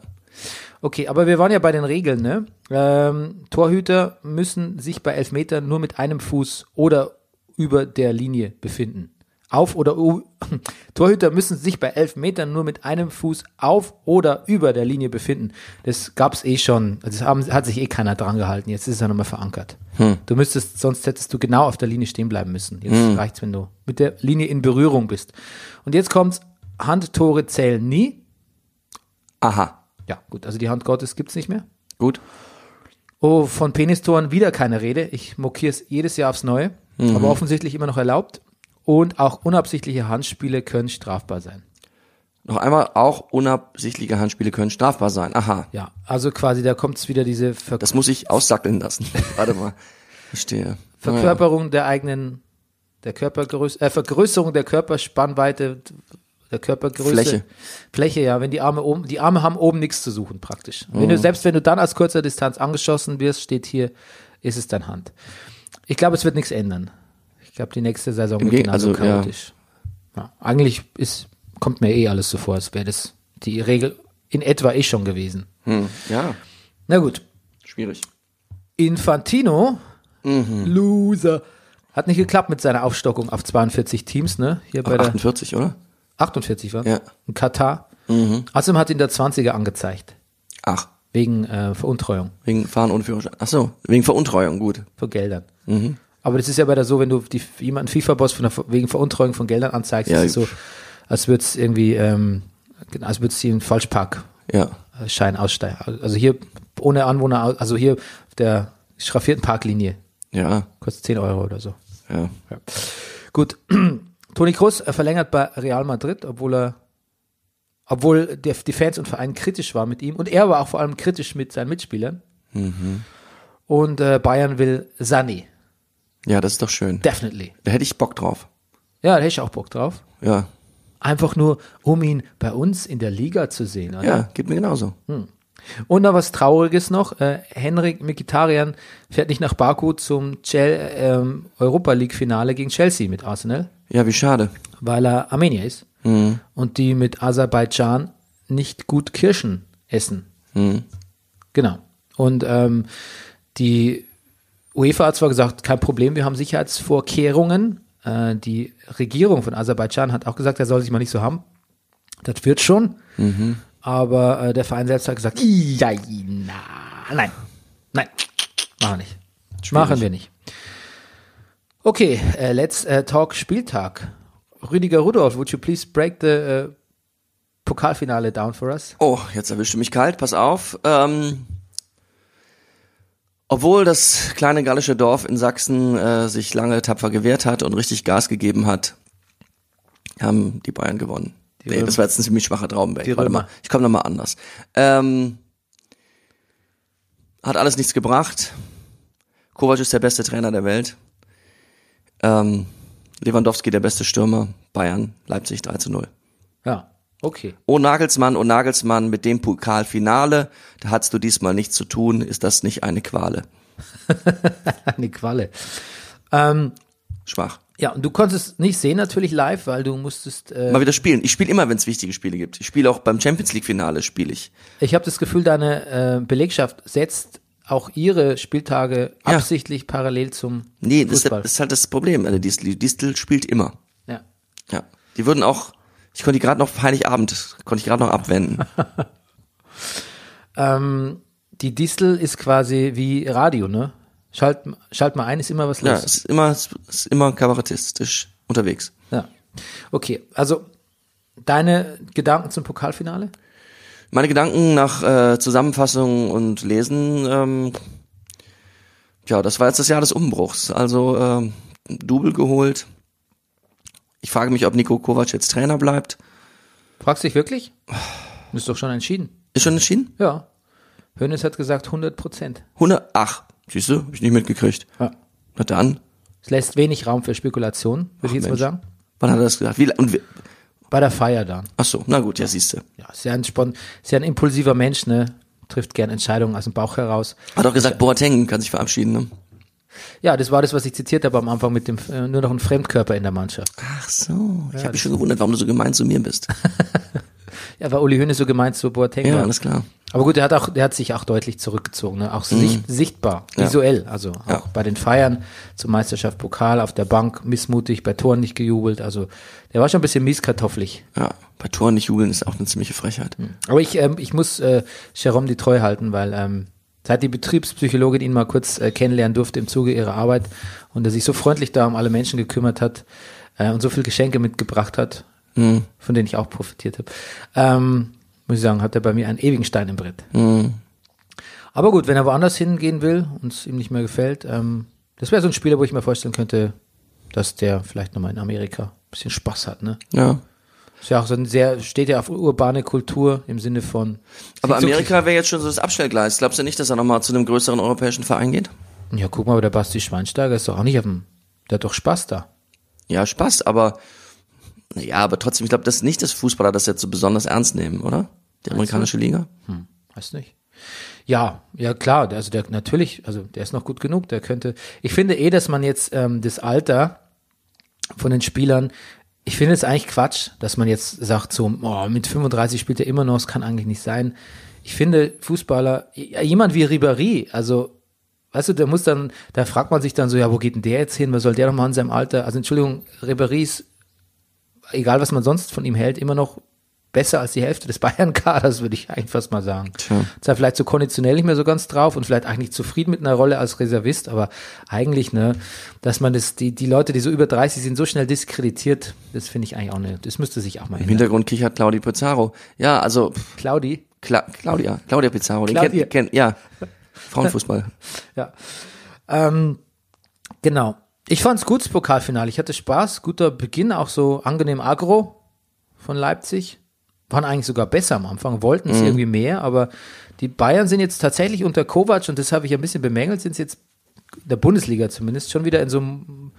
Speaker 1: Okay, aber wir waren ja bei den Regeln, ne? Ähm, Torhüter müssen sich bei Elfmetern nur mit einem Fuß oder über der Linie befinden. Auf oder u- Torhüter müssen sich bei Elfmetern nur mit einem Fuß auf oder über der Linie befinden. Das gab's eh schon. Das haben, hat sich eh keiner dran gehalten. Jetzt ist es ja nochmal verankert. Du müsstest, sonst hättest du genau auf der Linie stehen bleiben müssen. Jetzt reicht's, wenn du mit der Linie in Berührung bist. Und jetzt kommt's: Handtore zählen nie.
Speaker 2: Aha.
Speaker 1: Ja, gut, also die Hand Gottes gibt's nicht mehr.
Speaker 2: Gut.
Speaker 1: Oh, von Penistoren wieder keine Rede. Ich mokiere es jedes Jahr aufs Neue, aber offensichtlich immer noch erlaubt. Und auch unabsichtliche Handspiele können strafbar sein.
Speaker 2: Noch einmal, auch unabsichtliche Handspiele können strafbar sein. Aha.
Speaker 1: Ja, also quasi, da kommt es wieder diese Ver
Speaker 2: Das muss ich aussackeln lassen. Warte mal. Verstehe. Naja.
Speaker 1: Verkörperung der eigenen, der Körpergröße, äh, Vergrößerung der Körperspannweite, der Körpergröße.
Speaker 2: Fläche.
Speaker 1: Fläche, ja, wenn die Arme oben, die Arme haben oben nichts zu suchen praktisch. Wenn
Speaker 2: Mhm.
Speaker 1: du, selbst wenn du dann aus kurzer Distanz angeschossen wirst, steht hier, ist es dein Hand. Ich glaube, es wird nichts ändern. Ich glaube, die nächste Saison wird
Speaker 2: Geg-
Speaker 1: genauso
Speaker 2: also, ja.
Speaker 1: chaotisch. Ja. eigentlich ist, kommt mir eh alles so vor, als wäre das die Regel in etwa eh schon gewesen.
Speaker 2: Hm. Ja,
Speaker 1: Na gut,
Speaker 2: schwierig.
Speaker 1: Infantino,
Speaker 2: Mhm.
Speaker 1: Loser, hat nicht geklappt mit seiner Aufstockung auf 42 Teams, ne? Hier bei der
Speaker 2: 48, oder?
Speaker 1: 48 war
Speaker 2: Ja. Mhm.
Speaker 1: in Katar. Außerdem hat ihn der 20er angezeigt,
Speaker 2: Ach,
Speaker 1: wegen äh, Veruntreuung
Speaker 2: wegen Fahren ohne Führerschein. Ach so, wegen Veruntreuung, gut.
Speaker 1: von Geldern.
Speaker 2: Mhm.
Speaker 1: Aber das ist ja bei der so, wenn du die, jemanden FIFA-Boss von der, wegen Veruntreuung von Geldern anzeigst,
Speaker 2: Ja,
Speaker 1: ist es so, als würde es irgendwie, ähm, als würde es einen Falschpark
Speaker 2: Ja.
Speaker 1: äh, Schein aussteigen. Also hier ohne Anwohner, also hier auf der schraffierten Parklinie,
Speaker 2: Ja,
Speaker 1: kostet 10 Euro oder so.
Speaker 2: ja.
Speaker 1: Gut. Toni Kroos äh, verlängert bei Real Madrid, obwohl er, obwohl der, die Fans und Verein kritisch waren mit ihm und er war auch vor allem kritisch mit seinen Mitspielern. Und äh, Bayern will Sani,
Speaker 2: Ja, das ist doch schön.
Speaker 1: definitely.
Speaker 2: Da hätte ich Bock drauf.
Speaker 1: Ja, da hätte ich auch Bock drauf.
Speaker 2: Ja.
Speaker 1: Einfach nur, um ihn bei uns in der Liga zu sehen. Oder?
Speaker 2: Ja, geht mir genauso.
Speaker 1: Und da was Trauriges noch, äh, Henrik Mkhitaryan fährt nicht nach Baku zum Chel ähm, Europa League Finale gegen Chelsea mit Arsenal.
Speaker 2: Ja, wie schade.
Speaker 1: weil er Armenier ist und die mit Aserbaidschan nicht gut Kirschen essen. Genau. Und ähm, die UEFA hat zwar gesagt, kein Problem, wir haben Sicherheitsvorkehrungen. Äh, die Regierung von Aserbaidschan hat auch gesagt, er soll sich mal nicht so haben. Das wird schon. Aber äh, der Verein selbst hat gesagt, ja, na, nein, nein, machen wir nicht. Machen wir nicht. Okay, äh, let's äh, talk Spieltag. Rüdiger Rudolph, would you please break the äh, Pokalfinale down for us?
Speaker 2: Oh, jetzt erwischte mich kalt, pass auf. Ähm, obwohl das kleine gallische Dorf in Sachsen äh, sich lange tapfer gewehrt hat und richtig Gas gegeben hat, haben die Bayern gewonnen. nee,
Speaker 1: Römer.
Speaker 2: das war jetzt ein ziemlich schwacher Traumberg.
Speaker 1: Die
Speaker 2: Warte
Speaker 1: Römer.
Speaker 2: mal, ich komme nochmal anders. Ähm, hat alles nichts gebracht. Kovac ist der beste Trainer der Welt. Ähm, Lewandowski der beste Stürmer. Bayern, Leipzig 3 zu 0.
Speaker 1: Ja, okay.
Speaker 2: Oh Nagelsmann, oh Nagelsmann, mit dem Pokalfinale, da hast du diesmal nichts zu tun, ist das nicht eine Quale?
Speaker 1: Eine Qualle. Ähm,
Speaker 2: Schwach.
Speaker 1: ja, und du konntest nicht sehen natürlich live, weil du musstest. Äh,
Speaker 2: Mal wieder spielen. Ich spiele immer, wenn es wichtige Spiele gibt. Ich spiele auch beim Champions League Finale spiele ich.
Speaker 1: ich habe das Gefühl, deine äh, Belegschaft setzt auch ihre Spieltage
Speaker 2: Ja.
Speaker 1: absichtlich parallel zum
Speaker 2: Nee, das, ist-
Speaker 1: Fußball.
Speaker 2: das ist halt das Problem. Also die die Distel spielt immer.
Speaker 1: ja.
Speaker 2: Ja. Die würden auch ich konnte die gerade noch Heiligabend, konnte ich gerade noch abwenden.
Speaker 1: ähm, die Distel ist quasi wie Radio, ne? Schalt, schalt mal ein, ist immer was
Speaker 2: Ja,
Speaker 1: los.
Speaker 2: es ist immer es ist immer kabarettistisch unterwegs.
Speaker 1: Ja. Okay, also deine Gedanken zum Pokalfinale?
Speaker 2: Meine Gedanken nach äh, Zusammenfassung und Lesen, ähm, ja, das war jetzt das Jahr des Umbruchs. Also ähm, Double geholt. Ich frage mich, ob Nico Kovac jetzt Trainer bleibt.
Speaker 1: Fragst dich wirklich? Ist doch schon entschieden.
Speaker 2: Ist schon entschieden?
Speaker 1: Ja. Hönes hat gesagt 100 Prozent.
Speaker 2: 100? Ach, siehst du, hab ich nicht mitgekriegt.
Speaker 1: Ja.
Speaker 2: Na dann,
Speaker 1: Es lässt wenig Raum für Spekulation, würde ich jetzt
Speaker 2: Mensch.
Speaker 1: mal sagen.
Speaker 2: wann hat er das gesagt? Wie, la- und wie,
Speaker 1: Bei der Feier dann.
Speaker 2: ach so, na gut, ja, siehst du.
Speaker 1: Ja, ist ja ein, spon ist ja ein impulsiver Mensch, ne? Trifft gern Entscheidungen aus dem Bauch heraus.
Speaker 2: Hat auch gesagt, Boateng kann sich verabschieden, ne?
Speaker 1: Ja, das war das, was ich zitiert habe am Anfang mit dem äh, nur noch ein Fremdkörper in der Mannschaft.
Speaker 2: Ach so, ich habe mich schon gewundert, warum du so gemein zu mir bist.
Speaker 1: Ja, war Uli Hoeneß so gemeint zu Boateng.
Speaker 2: Ja,
Speaker 1: war.
Speaker 2: alles klar.
Speaker 1: Aber gut, er hat auch, der hat sich auch deutlich zurückgezogen, ne? auch sich, sichtbar,
Speaker 2: Mhm. Ja.
Speaker 1: visuell, also auch
Speaker 2: Ja.
Speaker 1: bei den Feiern zur Meisterschaft Pokal auf der Bank missmutig, bei Toren nicht gejubelt, also der war schon ein bisschen mieskartoffelig.
Speaker 2: Ja, bei Toren nicht jubeln ist auch eine ziemliche Frechheit.
Speaker 1: Aber ich, ähm, ich muss äh, Jerome die treu halten, weil ähm, seit die Betriebspsychologin ihn mal kurz äh, kennenlernen durfte im Zuge ihrer Arbeit und er sich so freundlich da um alle Menschen gekümmert hat äh, und so viel Geschenke mitgebracht hat, von denen ich auch profitiert habe, ähm, muss ich sagen, hat er bei mir einen ewigen Stein im Brett. Aber gut, wenn er woanders hingehen will und es ihm nicht mehr gefällt, ähm, das wäre so ein Spieler, wo ich mir vorstellen könnte, dass der vielleicht nochmal in Amerika ein bisschen Spaß hat, ne?
Speaker 2: Ja.
Speaker 1: Ist ja auch so ein sehr, steht ja auf urbane Kultur im Sinne von.
Speaker 2: Aber
Speaker 1: Sieht so-
Speaker 2: Amerika wäre jetzt schon so das Abstellgleis. Glaubst du nicht, dass er nochmal zu einem größeren europäischen Verein geht?
Speaker 1: ja, guck mal, aber der Basti Schweinsteiger ist doch auch nicht auf dem. Der hat doch Spaß da.
Speaker 2: Ja, Spaß, aber ja, aber trotzdem, ich glaube, dass nicht das Fußballer das jetzt so besonders ernst nehmen, oder? Die amerikanische Liga?
Speaker 1: Weiß nicht. Ja, ja klar, der- also der natürlich, also der ist noch gut genug, der könnte. Ich finde eh, dass man jetzt ähm, das Alter von den Spielern, ich finde es eigentlich Quatsch, dass man jetzt sagt, so oh, mit 35 spielt er immer noch, es kann eigentlich nicht sein. Ich finde Fußballer, ja, jemand wie Ribéry, also weißt du, der muss dann, da fragt man sich dann so, ja, wo geht denn der jetzt hin? Was soll der noch mal in seinem Alter? Also Entschuldigung, Ribéry ist, egal was man sonst von ihm hält, immer noch besser als die Hälfte des Bayern-Kaders, würde ich eigentlich fast mal sagen. Zwar vielleicht so konditionell nicht mehr so ganz drauf und vielleicht eigentlich nicht zufrieden mit einer Rolle als Reservist, aber eigentlich, ne, dass man das, die, die Leute, die so über 30 sind, so schnell diskreditiert, das finde ich eigentlich auch ne, das müsste sich auch mal
Speaker 2: Im
Speaker 1: ändern.
Speaker 2: Hintergrund kichert Claudio Pizarro. Ja, also pff,
Speaker 1: Claudi?
Speaker 2: Cla Claudia, Claudia Pizarro, den
Speaker 1: Claudia.
Speaker 2: kennt, kennt, ja. Frauenfußball.
Speaker 1: Ja. Ähm, genau. Ich fand's gut, das Pokalfinale. Ich hatte Spaß, guter Beginn, auch so angenehm agro von Leipzig. Waren eigentlich sogar besser am Anfang, wollten es irgendwie mehr, aber die Bayern sind jetzt tatsächlich unter Kovac, und das habe ich ein bisschen bemängelt, sind jetzt in der Bundesliga zumindest schon wieder in so einem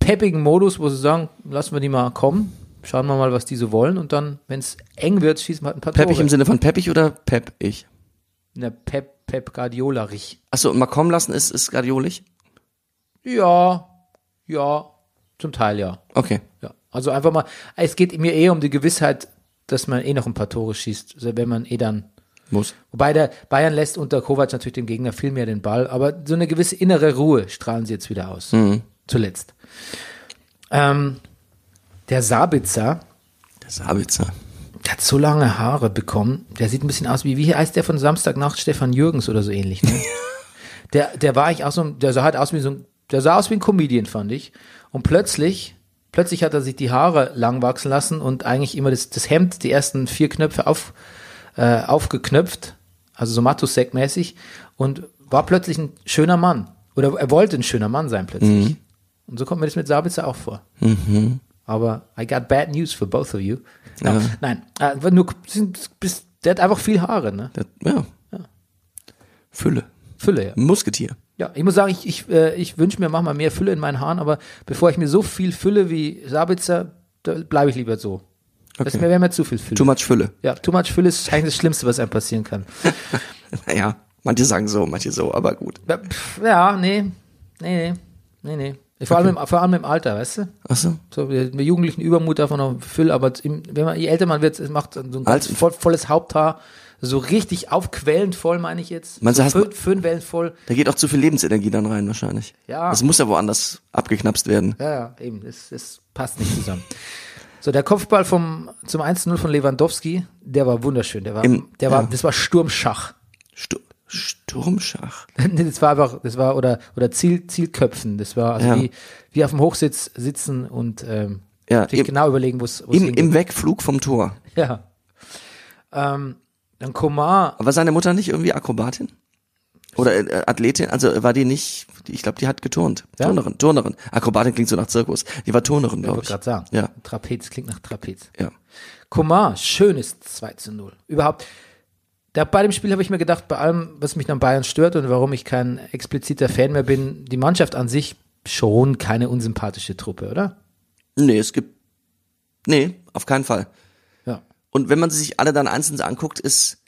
Speaker 1: peppigen Modus, wo sie sagen, lassen wir die mal kommen, schauen wir mal, was die so wollen, und dann, wenn es eng wird, schießen wir halt ein paar
Speaker 2: Peppich im
Speaker 1: Tore.
Speaker 2: Sinne von Peppich oder Pep ich?
Speaker 1: Na, Pep, Pep Guardiola-Rich.
Speaker 2: Achso, und mal kommen lassen ist, ist Guardiolig?
Speaker 1: Ja, ja, zum Teil ja.
Speaker 2: Okay.
Speaker 1: ja. Also einfach mal, es geht mir eh um die Gewissheit, dass man eh noch ein paar Tore schießt, also wenn man eh dann.
Speaker 2: Muss.
Speaker 1: Wobei der Bayern lässt unter Kovac natürlich dem Gegner viel mehr den Ball, aber so eine gewisse innere Ruhe strahlen sie jetzt wieder aus. Zuletzt. Ähm, der Sabitzer,
Speaker 2: Der Sabitzer.
Speaker 1: der hat so lange Haare bekommen. Der sieht ein bisschen aus wie, wie heißt der von Samstagnacht? Stefan Jürgens oder so ähnlich, ne? der, der war ich auch so, ein- der sah halt aus wie so ein, der sah aus wie ein Comedian, fand ich. Und plötzlich, plötzlich hat er sich die Haare lang wachsen lassen und eigentlich immer das, das Hemd, die ersten vier Knöpfe auf, äh, aufgeknöpft, also so Matusek-mäßig und war plötzlich ein schöner Mann. Oder er wollte ein schöner Mann sein plötzlich. Und so kommt mir das mit Sabitzer auch vor. Aber I got bad news for both of you. No, Nein, äh, nur, sind, bist, der hat einfach viel Haare, ne?
Speaker 2: Der, ja. Fülle.
Speaker 1: Fülle, ja.
Speaker 2: Ein Musketier.
Speaker 1: Ja, ich muss sagen, ich, ich, äh, ich wünsche mir manchmal mehr Fülle in meinen Haaren, aber bevor ich mir so viel Fülle wie Sabitzer, da bleibe ich lieber so. Das
Speaker 2: Okay.
Speaker 1: wäre wär mir zu viel Fülle.
Speaker 2: Too much Fülle.
Speaker 1: ja, too much Fülle ist eigentlich das Schlimmste, was einem passieren kann.
Speaker 2: Naja, manche sagen so, manche so, aber gut.
Speaker 1: Ja, pff, Ja, nee, nee, nee, nee, nee. Vor, allem im, vor allem im Alter, weißt du?
Speaker 2: Achso.
Speaker 1: So, wir- mit jugendlichen Übermut davon noch Füll, aber im, wenn man, je älter man wird, es macht so ein ganz
Speaker 2: Alter.
Speaker 1: voll, volles Haupthaar, so richtig aufquellend voll, meine ich jetzt.
Speaker 2: Man
Speaker 1: so
Speaker 2: sagt-
Speaker 1: Föhn, Föhnwellen voll.
Speaker 2: Da geht auch zu viel Lebensenergie dann rein wahrscheinlich.
Speaker 1: Ja.
Speaker 2: Das muss ja woanders abgeknapst werden.
Speaker 1: Ja, ja, eben, das, das passt nicht zusammen. So, der Kopfball vom, zum 1-0 von Lewandowski, der war wunderschön. Der war,
Speaker 2: Im-
Speaker 1: der war,
Speaker 2: ja.
Speaker 1: das war Sturmschach.
Speaker 2: Stu Sturmschach.
Speaker 1: Nee, das war einfach, das war, oder, oder Ziel, Zielköpfen. Das war also
Speaker 2: Ja.
Speaker 1: wie, wie auf dem Hochsitz sitzen und ähm,
Speaker 2: Ja,
Speaker 1: sich
Speaker 2: im-
Speaker 1: genau überlegen, wo es wo es
Speaker 2: Im,
Speaker 1: hingeht.
Speaker 2: Im Wegflug vom Tor.
Speaker 1: Ja. Ähm, dann Komar,
Speaker 2: Aber war seine Mutter nicht irgendwie Akrobatin? Oder äh, Athletin? Also war die nicht, ich glaube, die hat geturnt.
Speaker 1: Ja.
Speaker 2: Turnerin, Turnerin. Akrobatin klingt so nach Zirkus. Die war Turnerin, glaube
Speaker 1: wollte
Speaker 2: ich.
Speaker 1: gerade sagen.
Speaker 2: Ja,
Speaker 1: Trapez klingt nach Trapez.
Speaker 2: ja.
Speaker 1: Komar, schönes 2 zu 0. Überhaupt, da bei dem Spiel habe ich mir gedacht, bei allem, was mich an Bayern stört und warum ich kein expliziter Fan mehr bin, die Mannschaft an sich schon keine unsympathische Truppe, oder?
Speaker 2: Nee, es gibt, nee, auf keinen Fall.
Speaker 1: Ja.
Speaker 2: Und wenn man sie sich alle dann einzeln anguckt, ist,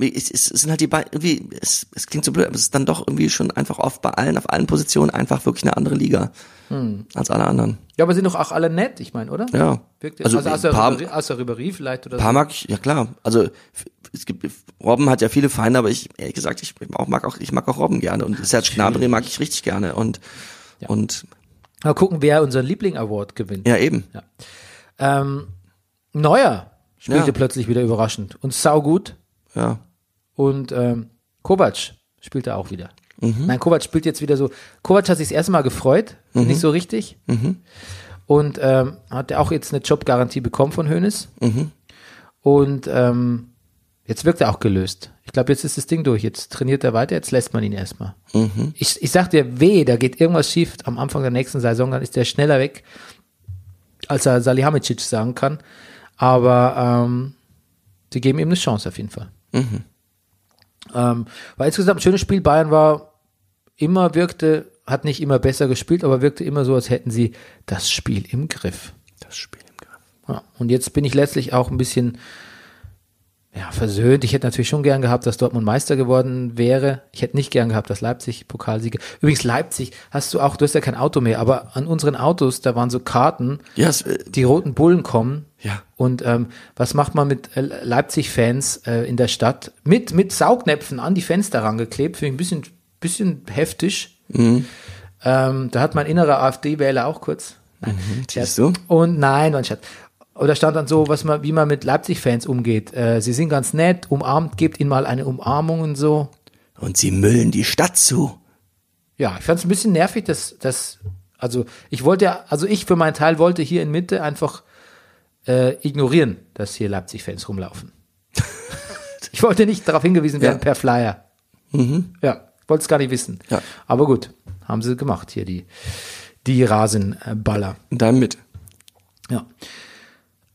Speaker 2: es, es, es sind halt die beiden, irgendwie, es, es klingt so blöd, aber es ist dann doch irgendwie schon einfach oft bei allen, auf allen Positionen einfach wirklich eine andere Liga als alle anderen.
Speaker 1: Ja, aber sind doch auch alle nett, ich meine, oder?
Speaker 2: Ja.
Speaker 1: Wirkt, also,
Speaker 2: Also,
Speaker 1: also
Speaker 2: ein paar-
Speaker 1: außer, Ribéry, außer Ribéry vielleicht oder
Speaker 2: Paar
Speaker 1: so.
Speaker 2: mag ich, ja klar. Also f- es gibt Robben hat ja viele Feinde, aber ich ehrlich gesagt, ich auch mag auch ich mag auch Robben gerne und Serge Gnabry mag ich richtig gerne und und
Speaker 1: Mal gucken, wer unseren Liebling-Award gewinnt.
Speaker 2: ja eben.
Speaker 1: Ähm, Neuer spielte
Speaker 2: Ja.
Speaker 1: plötzlich wieder überraschend und saugut.
Speaker 2: Ja.
Speaker 1: Und ähm, Kovac spielte auch wieder. Nein, Kovac spielt jetzt wieder so. Kovac hat sich das erste Mal gefreut, nicht so richtig. Und ähm, hat auch jetzt eine Jobgarantie bekommen von Hoeneß. Und ähm, jetzt wirkt er auch gelöst. Ich glaube, jetzt ist das Ding durch. Jetzt trainiert er weiter, jetzt lässt man ihn erstmal. Ich, ich sag dir, weh, da geht irgendwas schief am Anfang der nächsten Saison, dann ist der schneller weg, als er Salihamidzic sagen kann. Aber ähm, sie geben ihm eine Chance auf jeden Fall. Ähm, war insgesamt ein schönes Spiel. Bayern war immer, wirkte, hat nicht immer besser gespielt, aber wirkte immer so, als hätten sie das Spiel im Griff.
Speaker 2: Das Spiel im Griff.
Speaker 1: Ja, und jetzt bin ich letztlich auch ein bisschen ja, versöhnt. Ich hätte natürlich schon gern gehabt, dass Dortmund Meister geworden wäre. Ich hätte nicht gern gehabt, dass Leipzig Pokalsieger. Übrigens, Leipzig hast du auch, du hast ja kein Auto mehr, aber an unseren Autos, da waren so Karten,
Speaker 2: Ja, es, äh,
Speaker 1: die roten Bullen kommen.
Speaker 2: Ja.
Speaker 1: Und ähm, was macht man mit äh, Leipzig-Fans äh, in der Stadt? Mit, mit Saugnäpfen an die Fenster rangeklebt, finde ich ein bisschen, bisschen heftig.
Speaker 2: Mhm.
Speaker 1: Ähm, da hat mein innerer AfD-Wähler auch kurz. Nein, Scherz.
Speaker 2: Mhm, siehst du?
Speaker 1: Und nein, mein Schatz. Oder stand dann so, was man, wie man mit Leipzig-Fans umgeht. Äh, sie sind ganz nett, umarmt, gebt ihnen mal eine Umarmung und so.
Speaker 2: und sie müllen die Stadt zu.
Speaker 1: Ja, ich fand es ein bisschen nervig, dass, dass, also ich wollte ja, also ich für meinen Teil wollte hier in Mitte einfach äh, ignorieren, dass hier Leipzig-Fans rumlaufen. ich wollte nicht darauf hingewiesen werden
Speaker 2: Ja. Mhm.
Speaker 1: per Flyer. Ja, wollte es gar nicht wissen.
Speaker 2: Ja.
Speaker 1: Aber gut, haben sie gemacht hier, die, die Rasenballer.
Speaker 2: Und dann mit.
Speaker 1: Ja.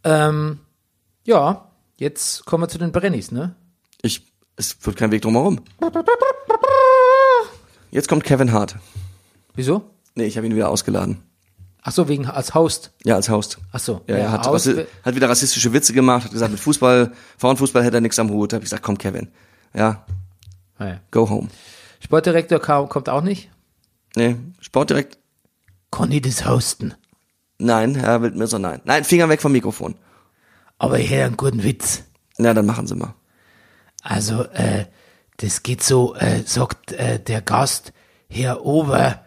Speaker 1: Ähm, ja, jetzt kommen wir zu den Brennies, ne?
Speaker 2: Ich es führt kein Weg drumherum. Jetzt kommt Kevin Hart.
Speaker 1: Wieso?
Speaker 2: Nee, ich habe ihn wieder ausgeladen.
Speaker 1: Ach so, wegen als Host.
Speaker 2: Ja, als Host.
Speaker 1: Ach so.
Speaker 2: Ja,
Speaker 1: ja,
Speaker 2: er hat, also-
Speaker 1: aus-
Speaker 2: rassi- hat wieder rassistische Witze gemacht, hat gesagt, mit Fußball, Frauenfußball hätte er nichts am Hut. Da habe ich gesagt, komm Kevin. Ja,
Speaker 1: Ah, ja.
Speaker 2: go home.
Speaker 1: Sportdirektor kam- kommt auch nicht.
Speaker 2: Nee, Sportdirekt
Speaker 1: Conny das Hosten.
Speaker 2: Nein, Herr Wildmesser, nein. Nein, Finger weg vom Mikrofon.
Speaker 1: Aber ich hätte einen guten Witz.
Speaker 2: Na, dann machen Sie mal.
Speaker 1: Also, äh, das geht so, äh, sagt äh, der Gast, Herr Ober.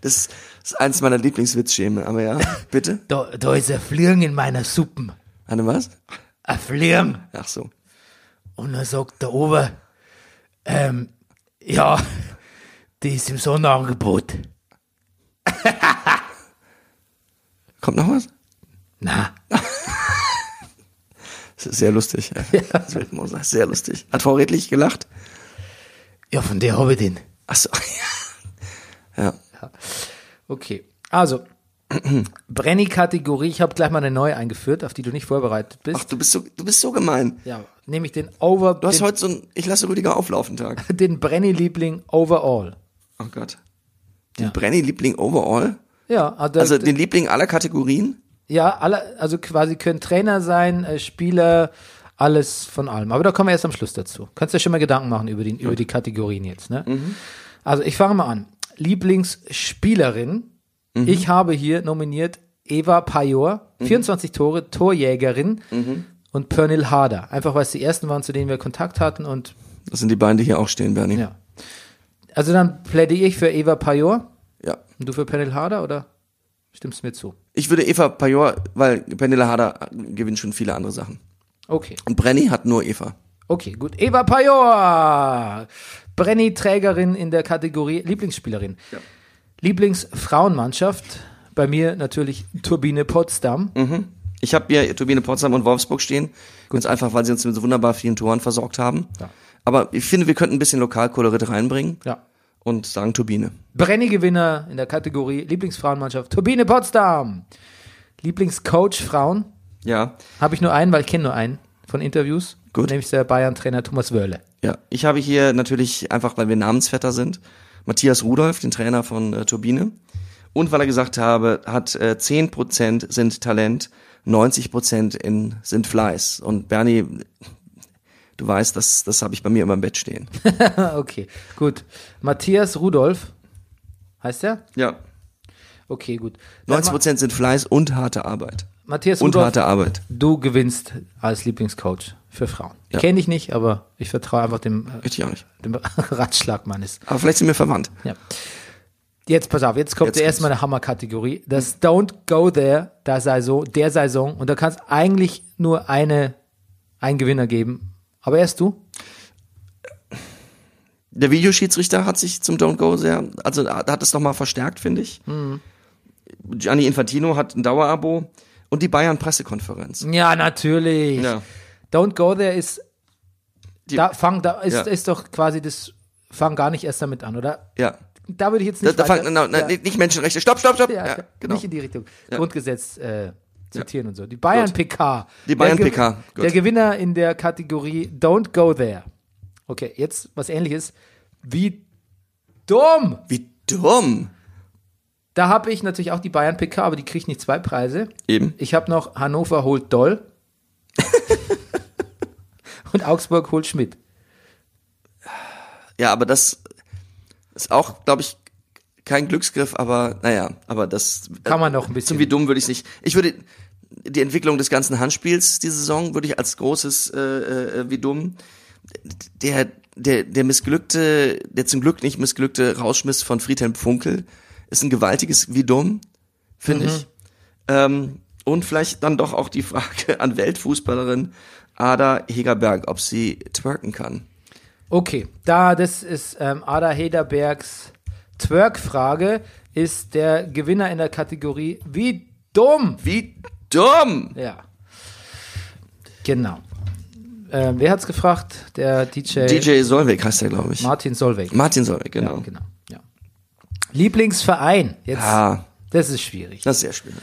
Speaker 2: Das ist eins meiner Lieblingswitzschemen, aber ja, bitte.
Speaker 1: Da, da ist ein Flirn in meiner Suppen.
Speaker 2: Anne, was?
Speaker 1: Ein Flirn.
Speaker 2: Ach so.
Speaker 1: Und dann sagt der Ober, ähm, ja, die ist im Sonderangebot.
Speaker 2: Kommt noch was?
Speaker 1: Na,
Speaker 2: Das ist sehr lustig. Ja. Das Wildmoser, sehr lustig. Hat Frau Redlich gelacht?
Speaker 1: ja, von der habe ich den.
Speaker 2: Ach so. Ja.
Speaker 1: Okay, also, Brenny-Kategorie. Ich habe gleich mal eine neue eingeführt, auf die du nicht vorbereitet bist.
Speaker 2: Ach, du bist so, du bist so gemein.
Speaker 1: Ja, nämlich den Over...
Speaker 2: Du hast
Speaker 1: den,
Speaker 2: heute so ein, ich lasse Rüdiger auflaufen Tag.
Speaker 1: den Brenny-Liebling Overall.
Speaker 2: Oh Gott. Den
Speaker 1: Ja.
Speaker 2: Brenny-Liebling overall?
Speaker 1: Ja, also,
Speaker 2: Also den Liebling aller Kategorien?
Speaker 1: ja, alle, also quasi können Trainer sein, äh, Spieler, alles von allem. Aber da kommen wir erst am Schluss dazu. Kannst dir schon mal Gedanken machen über, den, über die Kategorien jetzt. Ne?
Speaker 2: Mhm.
Speaker 1: Also ich fange mal an. Lieblingsspielerin.
Speaker 2: Mhm.
Speaker 1: Ich habe hier nominiert Eva Pajor, 24 Tore, Torjägerin
Speaker 2: Mhm.
Speaker 1: und Pernil Harder. Einfach weil es die ersten waren, zu denen wir Kontakt hatten und
Speaker 2: Das sind die beiden, die hier auch stehen, Bernie.
Speaker 1: ja. Also dann plädiere ich für Eva Pajor
Speaker 2: ja.
Speaker 1: und du für Pernil Harder oder stimmst du mir zu?
Speaker 2: Ich würde Eva Pajor, weil Penela Harder gewinnt schon viele andere Sachen.
Speaker 1: Okay.
Speaker 2: Und Brenny hat nur Eva.
Speaker 1: Okay, gut. Eva Pajor, Brenny-Trägerin in der Kategorie Lieblingsspielerin. Lieblingsfrauenmannschaft, bei mir natürlich Turbine Potsdam.
Speaker 2: Ich habe hier Turbine Potsdam und Wolfsburg stehen. Ganz einfach, weil sie uns mit so wunderbar vielen Toren versorgt haben.
Speaker 1: Ja.
Speaker 2: Aber ich finde, wir könnten ein bisschen Lokalkolorit reinbringen
Speaker 1: Ja.
Speaker 2: und sagen Turbine.
Speaker 1: Brenny-Gewinner in der Kategorie Lieblingsfrauenmannschaft, Turbine Potsdam. Lieblingscoach Frauen,
Speaker 2: Ja,
Speaker 1: habe ich nur einen, weil ich kenne nur einen von Interviews.
Speaker 2: Gut.
Speaker 1: Nämlich der Bayern-Trainer Thomas Wörle.
Speaker 2: ja. Ich habe hier natürlich einfach, weil wir Namensvetter sind, Matthias Rudolf, den Trainer von äh, Turbine. Und weil er gesagt habe, hat äh, 10% sind Talent, 90% in, sind Fleiß. Und Bernie, Du weißt, das, das habe ich bei mir immer im Bett stehen.
Speaker 1: Ah, okay, gut. Matthias Rudolf heißt er?
Speaker 2: Ja.
Speaker 1: Okay, gut. Dann
Speaker 2: 90 Prozent sind Fleiß und harte Arbeit.
Speaker 1: Ma- Matthias
Speaker 2: Und
Speaker 1: Rudolf,
Speaker 2: harte Arbeit.
Speaker 1: du gewinnst als Lieblingscoach für Frauen.
Speaker 2: Ja.
Speaker 1: Kenne ich nicht, aber ich vertraue einfach dem, äh,
Speaker 2: Richtig auch nicht.
Speaker 1: dem Ratschlag meines.
Speaker 2: Aber vielleicht sind wir verwandt.
Speaker 1: Ja. Jetzt pass auf, jetzt kommt
Speaker 2: Jetzt
Speaker 1: erstmal eine Hammerkategorie. Das Don't Go There der Saison, der Saison. Und da kann es eigentlich nur eine, einen Gewinner geben. Aber erst du?
Speaker 2: Der Videoschiedsrichter hat sich zum Don't Go sehr, also hat hat es nochmal verstärkt, finde ich.
Speaker 1: Hm.
Speaker 2: Gianni Infantino hat ein Dauerabo und die Bayern Pressekonferenz.
Speaker 1: Ja, natürlich.
Speaker 2: Ja.
Speaker 1: Don't Go There ist,
Speaker 2: Die-
Speaker 1: da, fang, da ist,
Speaker 2: Ja.
Speaker 1: ist doch quasi das, fang gar nicht erst damit an, oder?
Speaker 2: Ja.
Speaker 1: Da würde ich jetzt
Speaker 2: Da,
Speaker 1: nicht
Speaker 2: da
Speaker 1: weiter-
Speaker 2: fang, na, na,
Speaker 1: ja.
Speaker 2: Nicht Menschenrechte. Stopp, stopp, stopp.
Speaker 1: Ja,
Speaker 2: Ja, genau.
Speaker 1: nicht in die Richtung.
Speaker 2: Ja.
Speaker 1: Grundgesetz äh, zitieren und so. Die Bayern PK.
Speaker 2: Die Bayern
Speaker 1: der Ge-
Speaker 2: PK, gut.
Speaker 1: Der Gewinner in der Kategorie Don't Go There. Okay, jetzt was ähnliches. Wie dumm!
Speaker 2: Wie dumm.
Speaker 1: Da habe ich natürlich auch die Bayern PK, aber die kriegt nicht zwei Preise.
Speaker 2: Eben.
Speaker 1: Ich habe noch Hannover holt Doll. und Augsburg holt Schmidt.
Speaker 2: Ja, aber das ist auch, glaube ich, kein Glücksgriff, aber naja, aber das
Speaker 1: Kann man noch ein
Speaker 2: Zum
Speaker 1: bisschen.
Speaker 2: wie dumm würde ich nicht. Ich würde die Entwicklung des ganzen Handspiels diese Saison würde ich als großes äh, äh, wie dumm der der der missglückte der zum Glück nicht missglückte Rausschmiss von Friedhelm Funkel ist ein gewaltiges wie dumm finde
Speaker 1: Mhm.
Speaker 2: ich. Ähm, und vielleicht dann doch auch die Frage an Weltfußballerin Ada Hegerberg, ob sie twerken kann.
Speaker 1: Okay, da das ist ähm, Ada Hederbergs Twerk-Frage, ist der Gewinner in der Kategorie Wie dumm!
Speaker 2: Wie dumm!
Speaker 1: Ja. Genau. Ähm, wer hat's gefragt? Der DJ,
Speaker 2: DJ Solveig heißt er, glaube ich.
Speaker 1: Äh, Martin Solveig.
Speaker 2: Martin Solveig, genau.
Speaker 1: Ja, genau. Ja. Lieblingsverein. Jetzt,
Speaker 2: Ah,
Speaker 1: Das ist schwierig.
Speaker 2: das ist sehr schwierig.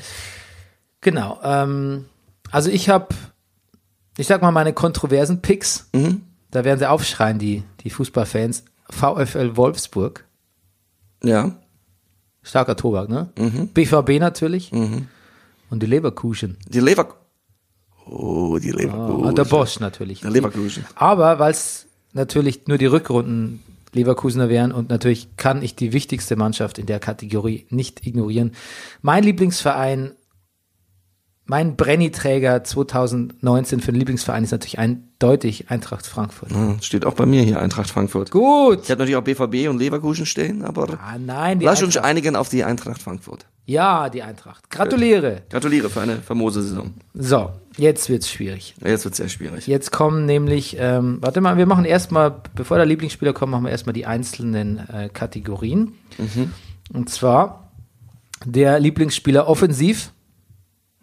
Speaker 1: Genau. Ähm, also ich habe, ich sag mal, meine kontroversen Picks. Da werden sie aufschreien, die, die Fußballfans. VfL Wolfsburg.
Speaker 2: Ja.
Speaker 1: Starker Tobak, ne?
Speaker 2: Mhm.
Speaker 1: BVB natürlich. Und die Leverkusen.
Speaker 2: Die Lever... Oh, die Leverkusen.
Speaker 1: Und Ah, der Bosch natürlich.
Speaker 2: Der Leverkusen.
Speaker 1: Aber weil es natürlich nur die Rückrunden Leverkusener wären und natürlich kann ich die wichtigste Mannschaft in der Kategorie nicht ignorieren. Mein Lieblingsverein, mein Brenny-Träger 2019 für den Lieblingsverein ist natürlich eindeutig Eintracht Frankfurt.
Speaker 2: Hm, Steht auch bei mir hier, Eintracht Frankfurt.
Speaker 1: Gut.
Speaker 2: Ich habe natürlich auch BVB und Leverkusen stehen, aber
Speaker 1: Ah, nein, die
Speaker 2: lass uns
Speaker 1: Eintracht.
Speaker 2: einigen auf die Eintracht Frankfurt.
Speaker 1: Ja, die Eintracht. Gratuliere.
Speaker 2: Gratuliere für eine famose Saison.
Speaker 1: So, jetzt wird's schwierig.
Speaker 2: Jetzt wird sehr schwierig.
Speaker 1: Jetzt kommen nämlich, ähm, warte mal, wir machen erstmal, bevor der Lieblingsspieler kommt, machen wir erstmal die einzelnen äh, Kategorien.
Speaker 2: Mhm.
Speaker 1: Und zwar der Lieblingsspieler offensiv.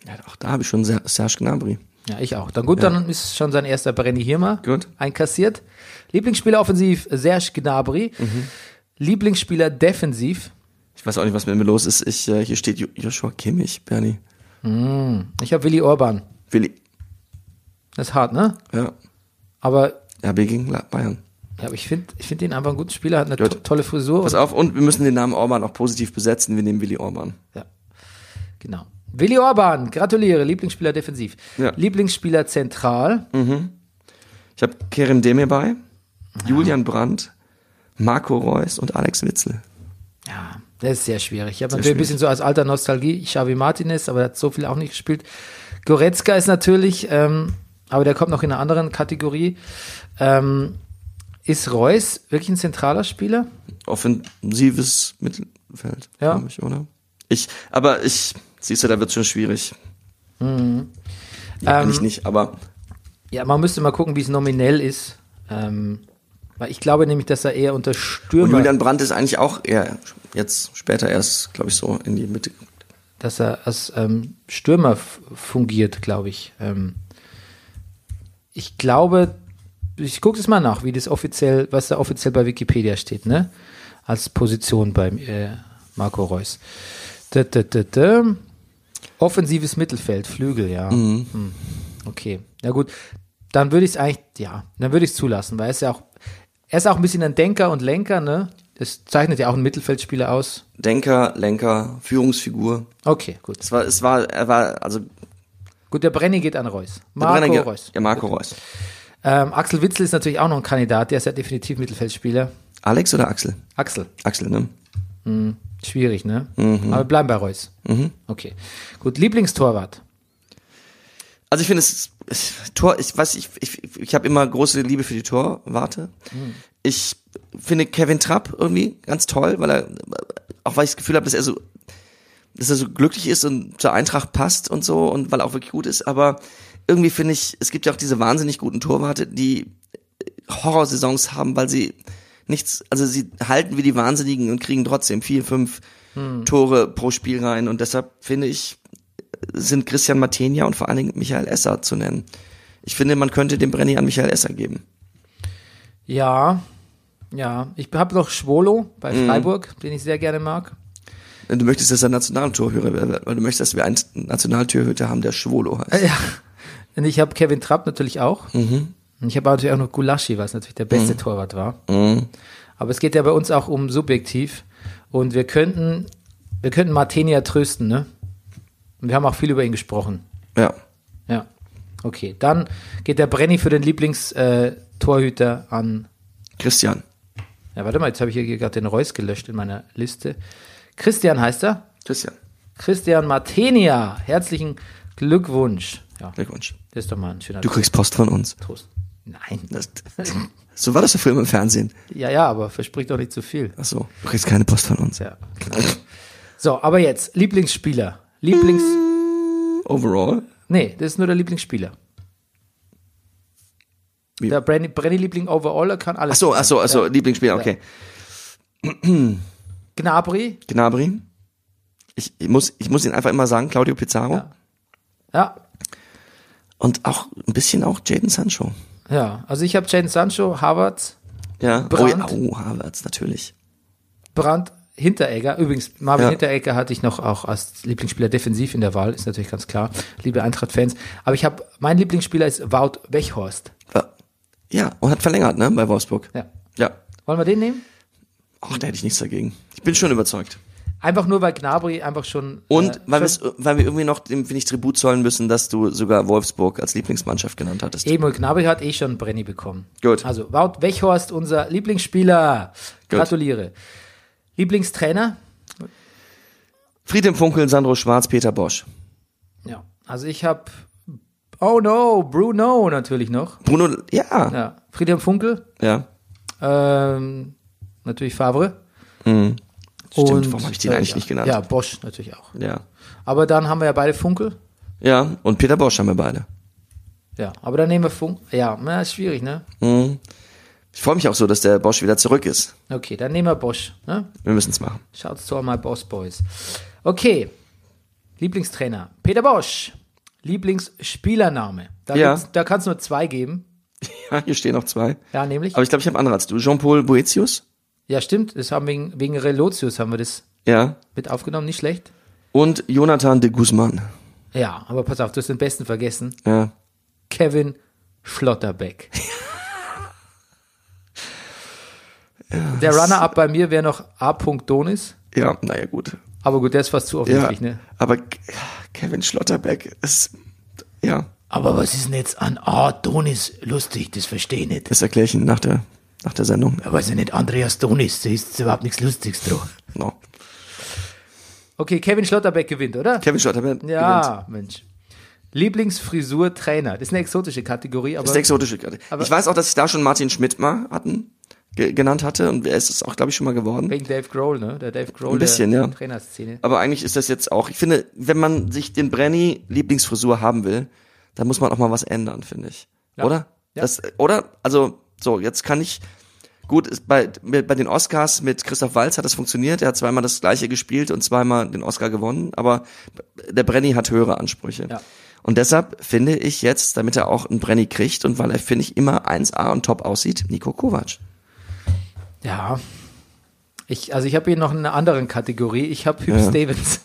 Speaker 2: Ja, auch da habe ich schon Ser- Serge Gnabry.
Speaker 1: Ja, ich auch. Dann gut, dann ist schon sein erster Brenny Hirmer
Speaker 2: Gut.
Speaker 1: einkassiert. Lieblingsspieler offensiv, Serge Gnabry.
Speaker 2: Mhm.
Speaker 1: Lieblingsspieler defensiv.
Speaker 2: Ich weiß auch nicht, was mit mir los ist. Ich, äh, hier steht Jo- Joshua Kimmich, Bernie.
Speaker 1: Ich habe Willi Orban.
Speaker 2: Willi.
Speaker 1: Das ist hart, ne?
Speaker 2: Ja.
Speaker 1: Aber
Speaker 2: RB gegen La- Bayern.
Speaker 1: ja, aber ich finde ich find ihn einfach einen guten Spieler, hat eine
Speaker 2: Gut.
Speaker 1: to tolle Frisur.
Speaker 2: Pass auf, und wir müssen den Namen Orban auch positiv besetzen. Wir nehmen Willi Orban.
Speaker 1: Ja. Genau. Willi Orban, gratuliere, Lieblingsspieler defensiv.
Speaker 2: Ja.
Speaker 1: Lieblingsspieler zentral.
Speaker 2: Ich habe Kerem Demir bei, Julian Brandt, Marco Reus und Alex Witzel.
Speaker 1: Ja, das ist sehr schwierig. Ich habe
Speaker 2: Sehr
Speaker 1: natürlich ein
Speaker 2: schwierig.
Speaker 1: bisschen so als alter Nostalgie Xavi Martinez, aber der hat so viel auch nicht gespielt. Goretzka ist natürlich, ähm, aber der kommt noch in einer anderen Kategorie. Ähm, ist Reus wirklich ein zentraler Spieler?
Speaker 2: Offensives Mittelfeld,
Speaker 1: Ja.
Speaker 2: glaube ich, oder? Ich, aber ich, siehst du, da wird schon schwierig.
Speaker 1: Mhm.
Speaker 2: Ja, eigentlich
Speaker 1: Ähm,
Speaker 2: nicht, aber
Speaker 1: Ja, man müsste mal gucken, wie es nominell ist. Ähm, weil ich glaube nämlich, dass er eher unter Stürmer,
Speaker 2: Julian Brandt ist eigentlich auch eher jetzt später erst, glaube ich, so in die Mitte.
Speaker 1: dass er als ähm, Stürmer f- fungiert, glaube ich. Ähm, ich glaube, ich gucke es mal nach, wie das offiziell, was da offiziell bei Wikipedia steht, ne? Als Position beim äh, Marco Reus. Da, da, da, da. Offensives Mittelfeld, Flügel, ja. Hm. Okay, na gut. Dann würde ich es eigentlich, ja, dann würde ich es zulassen, weil er ist ja auch, er ist auch ein bisschen ein Denker und Lenker, ne? Das zeichnet ja auch einen Mittelfeldspieler aus.
Speaker 2: Denker, Lenker, Führungsfigur.
Speaker 1: Okay, gut.
Speaker 2: Es war, es war, er war, also
Speaker 1: Gut, der Brenny geht an Reus. Marco
Speaker 2: Brenner-
Speaker 1: Reus.
Speaker 2: Ja, Marco Reus.
Speaker 1: Ähm, Axel Witzel ist natürlich auch noch ein Kandidat, der ist ja definitiv Mittelfeldspieler.
Speaker 2: Alex oder Axel?
Speaker 1: Axel,
Speaker 2: Axel, ne?
Speaker 1: schwierig, ne? Aber wir bleiben bei Reus. Okay. Gut, Lieblingstorwart.
Speaker 2: Also ich finde es es- Tor, ich weiß, ich, ich, ich habe immer große Liebe für die Torwarte. Ich finde Kevin Trapp irgendwie ganz toll, weil er auch weil ich das Gefühl habe, dass er so dass er so glücklich ist und zur Eintracht passt und so und weil er auch wirklich gut ist, aber irgendwie finde ich, es gibt ja auch diese wahnsinnig guten Torwarte, die Horrorsaisons haben, weil sie nichts, also sie halten wie die Wahnsinnigen und kriegen trotzdem vier, fünf Tore pro Spiel rein und deshalb finde ich, sind Christian Matenia und vor allen Dingen Michael Esser zu nennen. Ich finde, man könnte den Brenny an Michael Esser geben.
Speaker 1: Ja, ja. Ich habe noch Schwolo bei Freiburg, den ich sehr gerne mag.
Speaker 2: Du möchtest, dass er Nationaltorhüter wird, weil du möchtest, dass wir einen Nationaltorhüter haben, der Schwolo heißt.
Speaker 1: Ja. Und ich habe Kevin Trapp natürlich auch. Und ich habe natürlich auch noch Gulaschi, was natürlich der beste Torwart war. Aber es geht ja bei uns auch um subjektiv. Und wir könnten, wir könnten Martenia trösten, ne? Und wir haben auch viel über ihn gesprochen.
Speaker 2: Ja.
Speaker 1: Ja. Okay, dann geht der Brenny für den Lieblingstorhüter äh, Torhüter an.
Speaker 2: Christian.
Speaker 1: Ja, warte mal, jetzt habe ich hier gerade den Reus gelöscht in meiner Liste. Christian heißt er.
Speaker 2: Christian.
Speaker 1: Christian Martenia. Herzlichen Glückwunsch. Ja,
Speaker 2: Glückwunsch.
Speaker 1: das ist doch mal ein schöner
Speaker 2: Du kriegst Post von uns.
Speaker 1: Trost. Nein.
Speaker 2: Das, so war das ja früher im Fernsehen.
Speaker 1: Ja, ja, aber verspricht doch nicht zu viel.
Speaker 2: Ach so. Du kriegst keine Post von uns.
Speaker 1: Ja. So, aber jetzt, Lieblingsspieler. Lieblings.
Speaker 2: Overall.
Speaker 1: Nee, das ist nur der Lieblingsspieler.
Speaker 2: Wie?
Speaker 1: Der Brandy, Brandy Liebling overall er kann alles.
Speaker 2: Ach so, ach so, ach so. Lieblingsspieler, okay.
Speaker 1: Gnabry,
Speaker 2: Gnabry. Ich, ich muss, ich muss ihn einfach immer sagen, Claudio Pizarro.
Speaker 1: Ja. ja.
Speaker 2: Und auch, ein bisschen auch Jaden Sancho.
Speaker 1: Ja, also ich habe Jaden Sancho, Harvard,
Speaker 2: Ja.
Speaker 1: Brandt.
Speaker 2: Oh, ja, oh, Havertz, natürlich.
Speaker 1: Brandt, Hinteregger. Übrigens, Marvin
Speaker 2: Ja.
Speaker 1: Hinteregger hatte ich noch auch als Lieblingsspieler defensiv in der Wahl, ist natürlich ganz klar. Liebe Eintracht-Fans. Aber ich habe, mein Lieblingsspieler ist Wout Wechhorst.
Speaker 2: Ja. Ja, und hat verlängert, ne, bei Wolfsburg.
Speaker 1: Ja.
Speaker 2: Ja.
Speaker 1: Wollen wir den nehmen?
Speaker 2: Ach, da hätte ich nichts dagegen. Ich bin schon überzeugt.
Speaker 1: Einfach nur, weil Gnabry einfach schon.
Speaker 2: Und
Speaker 1: äh,
Speaker 2: weil,
Speaker 1: schon-
Speaker 2: wir's- weil wir irgendwie noch dem, finde ich, Tribut zollen müssen, dass du sogar Wolfsburg als Lieblingsmannschaft genannt hattest.
Speaker 1: Eben, und Gnabry hat eh schon Brenny bekommen.
Speaker 2: Gut.
Speaker 1: Also, Wout Wechhorst, unser Lieblingsspieler.
Speaker 2: Gut.
Speaker 1: Gratuliere. Lieblingstrainer?
Speaker 2: Friedhelm Funkel, Sandro Schwarz, Peter Bosch.
Speaker 1: Ja. Also, ich habe, oh no, Bruno natürlich noch.
Speaker 2: Bruno, ja.
Speaker 1: Ja. Friedhelm Funkel,
Speaker 2: Ja.
Speaker 1: ähm, natürlich Favre.
Speaker 2: Mhm. Stimmt, warum habe ich den
Speaker 1: äh,
Speaker 2: eigentlich
Speaker 1: ja,
Speaker 2: nicht genannt?
Speaker 1: Ja,
Speaker 2: Ja.
Speaker 1: Bosch natürlich auch.
Speaker 2: ja.
Speaker 1: Aber dann haben wir ja beide Funkel.
Speaker 2: Ja, und Peter Bosch haben wir beide.
Speaker 1: Ja, aber dann nehmen wir Funkel. Ja, na, ist schwierig, ne?
Speaker 2: Hm. Ich freue mich auch so, dass der Bosch wieder zurück ist.
Speaker 1: Okay, dann nehmen wir Bosch. Ne?
Speaker 2: Wir müssen es machen.
Speaker 1: Shouts to all my Boss Boys. Okay. Lieblingstrainer. Peter Bosch. Lieblingsspielername. Da,
Speaker 2: Ja.
Speaker 1: gibt's- da kann es nur zwei geben.
Speaker 2: Ja, hier stehen noch zwei.
Speaker 1: Ja, nämlich.
Speaker 2: Aber ich glaube, ich habe andere als du. Jean-Paul Boetius.
Speaker 1: ja, stimmt. Das haben wegen, wegen Relotius haben wir das
Speaker 2: Ja.
Speaker 1: mit aufgenommen. Nicht schlecht.
Speaker 2: Und Jonathan de Guzman.
Speaker 1: Ja, aber pass auf, du hast den besten vergessen.
Speaker 2: Ja.
Speaker 1: Kevin Schlotterbeck. der Runner-up bei mir wäre noch A. Donis.
Speaker 2: Ja, naja, gut.
Speaker 1: Aber gut, der ist fast zu
Speaker 2: Ja.
Speaker 1: offensichtlich, ne?
Speaker 2: Aber Ke- Kevin Schlotterbeck ist, ja.
Speaker 1: Aber was ist denn jetzt an A. Donis lustig? Das verstehe ich nicht.
Speaker 2: Das erkläre ich Ihnen nach der, nach der Sendung.
Speaker 1: Ja, weiß ich nicht, Andreas Donis, da ist überhaupt nichts Lustiges dran.
Speaker 2: No.
Speaker 1: Okay, Kevin Schlotterbeck gewinnt, oder?
Speaker 2: Kevin Schlotterbeck gewinnt.
Speaker 1: ja, Mensch. Lieblingsfrisur-Trainer. Das ist eine exotische Kategorie, aber
Speaker 2: Das ist eine exotische Karte. Ich weiß auch, dass ich da schon Martin Schmidt mal hatten, ge genannt hatte und er ist es auch, glaube ich, schon mal geworden.
Speaker 1: wegen Dave Grohl, ne? Der Dave Grohl
Speaker 2: Ein bisschen,
Speaker 1: der
Speaker 2: ja.
Speaker 1: Trainerszene.
Speaker 2: Aber eigentlich ist das jetzt auch, ich finde, wenn man sich den Brenny Lieblingsfrisur haben will, dann muss man auch mal was ändern, finde ich. Oder?
Speaker 1: Ja.
Speaker 2: Das, oder? Also, so, jetzt kann ich, gut, ist bei, mit- bei den Oscars mit Christoph Walz hat das funktioniert, er hat zweimal das gleiche gespielt und zweimal den Oscar gewonnen, aber der Brenny hat höhere Ansprüche.
Speaker 1: Ja.
Speaker 2: Und deshalb finde ich jetzt, damit er auch einen Brenny kriegt und weil er, finde ich, immer 1A und top aussieht, Nico Kovac.
Speaker 1: Ja. Ich, also ich habe hier noch eine anderen Kategorie. Ich habe Hüb Stevens.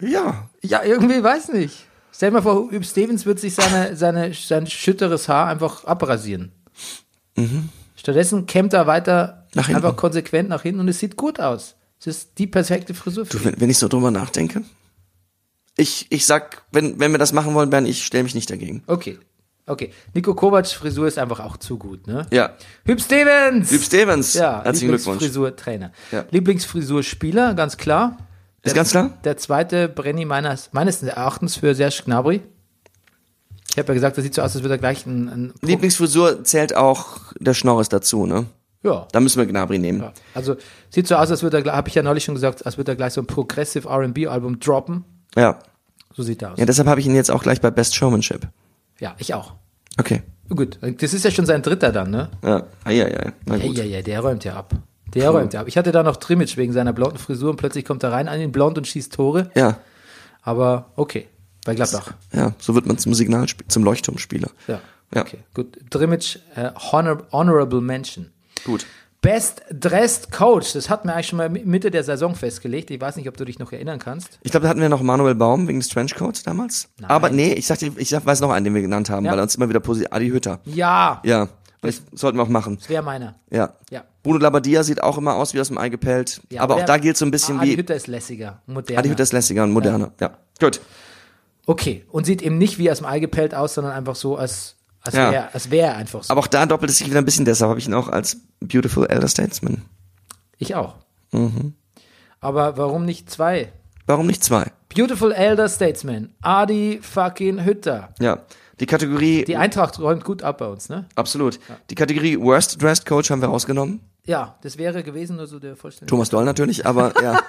Speaker 2: Ja.
Speaker 1: Ja, irgendwie weiß nicht. Stell dir mal vor, Hüb Stevens wird sich seine, seine, sein schütteres Haar einfach abrasieren. Stattdessen kämmt er weiter
Speaker 2: Mhm. Nach hinten.
Speaker 1: einfach konsequent nach hinten und es sieht gut aus. Es ist die perfekte Frisur für
Speaker 2: Du, wenn, wenn ich so drüber nachdenke, ich, ich sag, wenn, wenn wir das machen wollen, Bernd, ich stelle mich nicht dagegen.
Speaker 1: Okay. Okay. Nico Kovacs Frisur ist einfach auch zu gut, ne?
Speaker 2: Ja.
Speaker 1: Hüb Stevens!
Speaker 2: Lieb Stevens,
Speaker 1: ja,
Speaker 2: herzlichen Glückwunsch.
Speaker 1: Lieblingsfrisur Trainer.
Speaker 2: Ja.
Speaker 1: Lieblingsfrisur Spieler, ganz klar.
Speaker 2: Ist ganz klar?
Speaker 1: Der zweite Brenny meines, meines Erachtens für Serge Gnabry. Ich habe ja gesagt, das sieht so aus, als würde er gleich ein, ein
Speaker 2: Lieblingsfrisur zählt auch der Schnorres dazu, ne?
Speaker 1: ja.
Speaker 2: Da müssen wir Gnabry nehmen.
Speaker 1: ja. Also sieht so aus, als würde er, habe ich ja neulich schon gesagt, als würde er gleich so ein Progressive R&B Album droppen.
Speaker 2: Ja.
Speaker 1: So sieht er aus.
Speaker 2: Ja, deshalb habe ich ihn jetzt auch gleich bei Best Showmanship.
Speaker 1: ja ich auch.
Speaker 2: Okay.
Speaker 1: Gut, das ist ja schon sein dritter dann, ne?
Speaker 2: Ja, ja, ja. Na
Speaker 1: Ja,
Speaker 2: gut.
Speaker 1: ja, ja, der räumt ja ab. Der räumt ja ab. Ich hatte da noch Trimic wegen seiner blonden Frisur und plötzlich kommt er rein an ihn blond und schießt Tore.
Speaker 2: Ja,
Speaker 1: Aber okay, bei Gladbach.
Speaker 2: ja, so wird man zum Signal, zum Leuchtturmspieler.
Speaker 1: Ja,
Speaker 2: Ja.
Speaker 1: okay, gut. Trimic, äh, honor, honorable mention.
Speaker 2: Gut.
Speaker 1: Best Dressed Coach, das hatten wir eigentlich schon mal mi- Mitte der Saison festgelegt. Ich weiß nicht, ob du dich noch erinnern kannst.
Speaker 2: Ich glaube, da hatten wir noch Manuel Baum wegen des Trenchcoats damals. Aber nee, ich sagte, ich sag, weiß noch einen, den wir genannt haben,
Speaker 1: Ja.
Speaker 2: weil er uns immer wieder positiv. Adi Hütter.
Speaker 1: Ja,
Speaker 2: Ja. Und das sollten wir auch machen.
Speaker 1: das wäre meiner.
Speaker 2: Ja.
Speaker 1: Ja.
Speaker 2: Bruno Labbadia sieht auch immer aus wie aus dem Ei gepellt.
Speaker 1: Ja,
Speaker 2: aber auch
Speaker 1: wer-
Speaker 2: da gilt so ein bisschen
Speaker 1: Ah, Adi
Speaker 2: wie
Speaker 1: Hütter ist lässiger, moderner.
Speaker 2: Adi Hütter ist lässiger und moderner. Ja. Gut.
Speaker 1: Okay, und sieht eben nicht wie aus dem Ei gepellt aus, sondern einfach so, als, als
Speaker 2: Ja.
Speaker 1: wäre als wär er einfach so.
Speaker 2: Aber auch da doppelt es sich wieder ein bisschen, deshalb habe ich ihn auch als Beautiful Elder Statesman.
Speaker 1: ich auch.
Speaker 2: Mhm.
Speaker 1: Aber warum nicht zwei?
Speaker 2: Warum nicht zwei?
Speaker 1: Beautiful Elder Statesman, Adi fucking Hütter.
Speaker 2: Ja. Die Kategorie,
Speaker 1: Die Eintracht räumt gut ab bei uns, ne?
Speaker 2: absolut. Die Kategorie Worst Dressed Coach haben wir rausgenommen.
Speaker 1: Ja, das wäre gewesen nur so der vollständige.
Speaker 2: Thomas Doll natürlich, aber ja.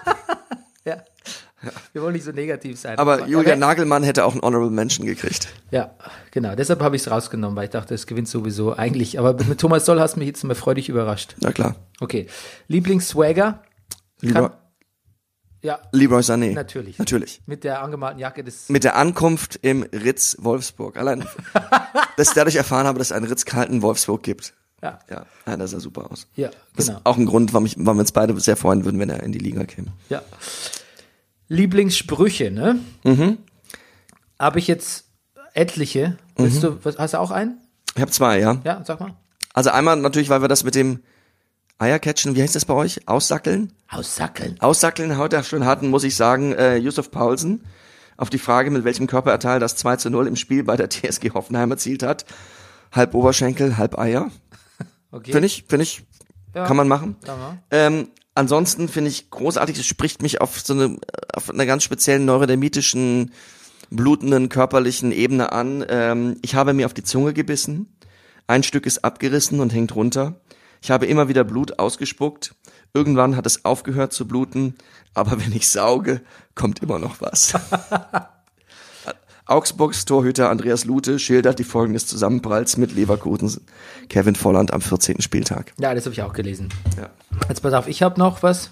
Speaker 1: Ja. Wir wollen nicht so negativ sein.
Speaker 2: Aber Julian Nagelmann hätte auch einen Honorable Mention gekriegt.
Speaker 1: Ja, genau. Deshalb habe ich es rausgenommen, weil ich dachte, es gewinnt sowieso eigentlich. Aber mit Thomas Doll hast du mich jetzt mal freudig überrascht.
Speaker 2: Na klar.
Speaker 1: Okay. Lieblingsswagger?
Speaker 2: Leroy,
Speaker 1: Ja,
Speaker 2: Leroy Sané.
Speaker 1: Natürlich.
Speaker 2: Natürlich.
Speaker 1: mit der angemalten Jacke des.
Speaker 2: Mit der Ankunft im Ritz Wolfsburg. Allein, dass ich dadurch erfahren habe, dass es einen Ritz kalten Wolfsburg gibt.
Speaker 1: Ja,
Speaker 2: Ja, nein, das sah super aus.
Speaker 1: ja,
Speaker 2: Das
Speaker 1: genau.
Speaker 2: ist auch ein Grund, warum, ich, warum wir uns beide sehr freuen würden, wenn er in die Liga käme.
Speaker 1: Ja. Lieblingssprüche, ne? Mhm. Habe ich jetzt etliche. Willst du, was, hast du auch einen?
Speaker 2: Ich habe zwei, ja.
Speaker 1: Ja, sag mal.
Speaker 2: Also einmal natürlich, weil wir das mit dem Eiercatchen, wie heißt das bei euch? Aussackeln?
Speaker 1: Aussackeln.
Speaker 2: Aussackeln haut er schon hatten, muss ich sagen, äh, Yusuf Paulsen. Auf die Frage, mit welchem Körpererteil das 2 zu 0 im Spiel bei der TSG Hoffenheim erzielt hat. Halb Oberschenkel, halb Eier.
Speaker 1: Okay.
Speaker 2: Finde ich, finde ich, kann man machen.
Speaker 1: Kann man.
Speaker 2: Ähm, ansonsten finde ich großartig, es spricht mich auf so eine, auf einer ganz speziellen neurodermitischen, blutenden, körperlichen Ebene an. Ähm, ich habe mir auf die Zunge gebissen. Ein Stück ist abgerissen und hängt runter. Ich habe immer wieder Blut ausgespuckt. Irgendwann hat es aufgehört zu bluten, aber wenn ich sauge, kommt immer noch was. Augsburgs Torhüter Andreas Lute schildert die Folgen des Zusammenpralls mit Leverkusen Kevin Volland am 14. Spieltag.
Speaker 1: Ja, das habe ich auch gelesen.
Speaker 2: Ja.
Speaker 1: Jetzt pass auf, ich habe noch was.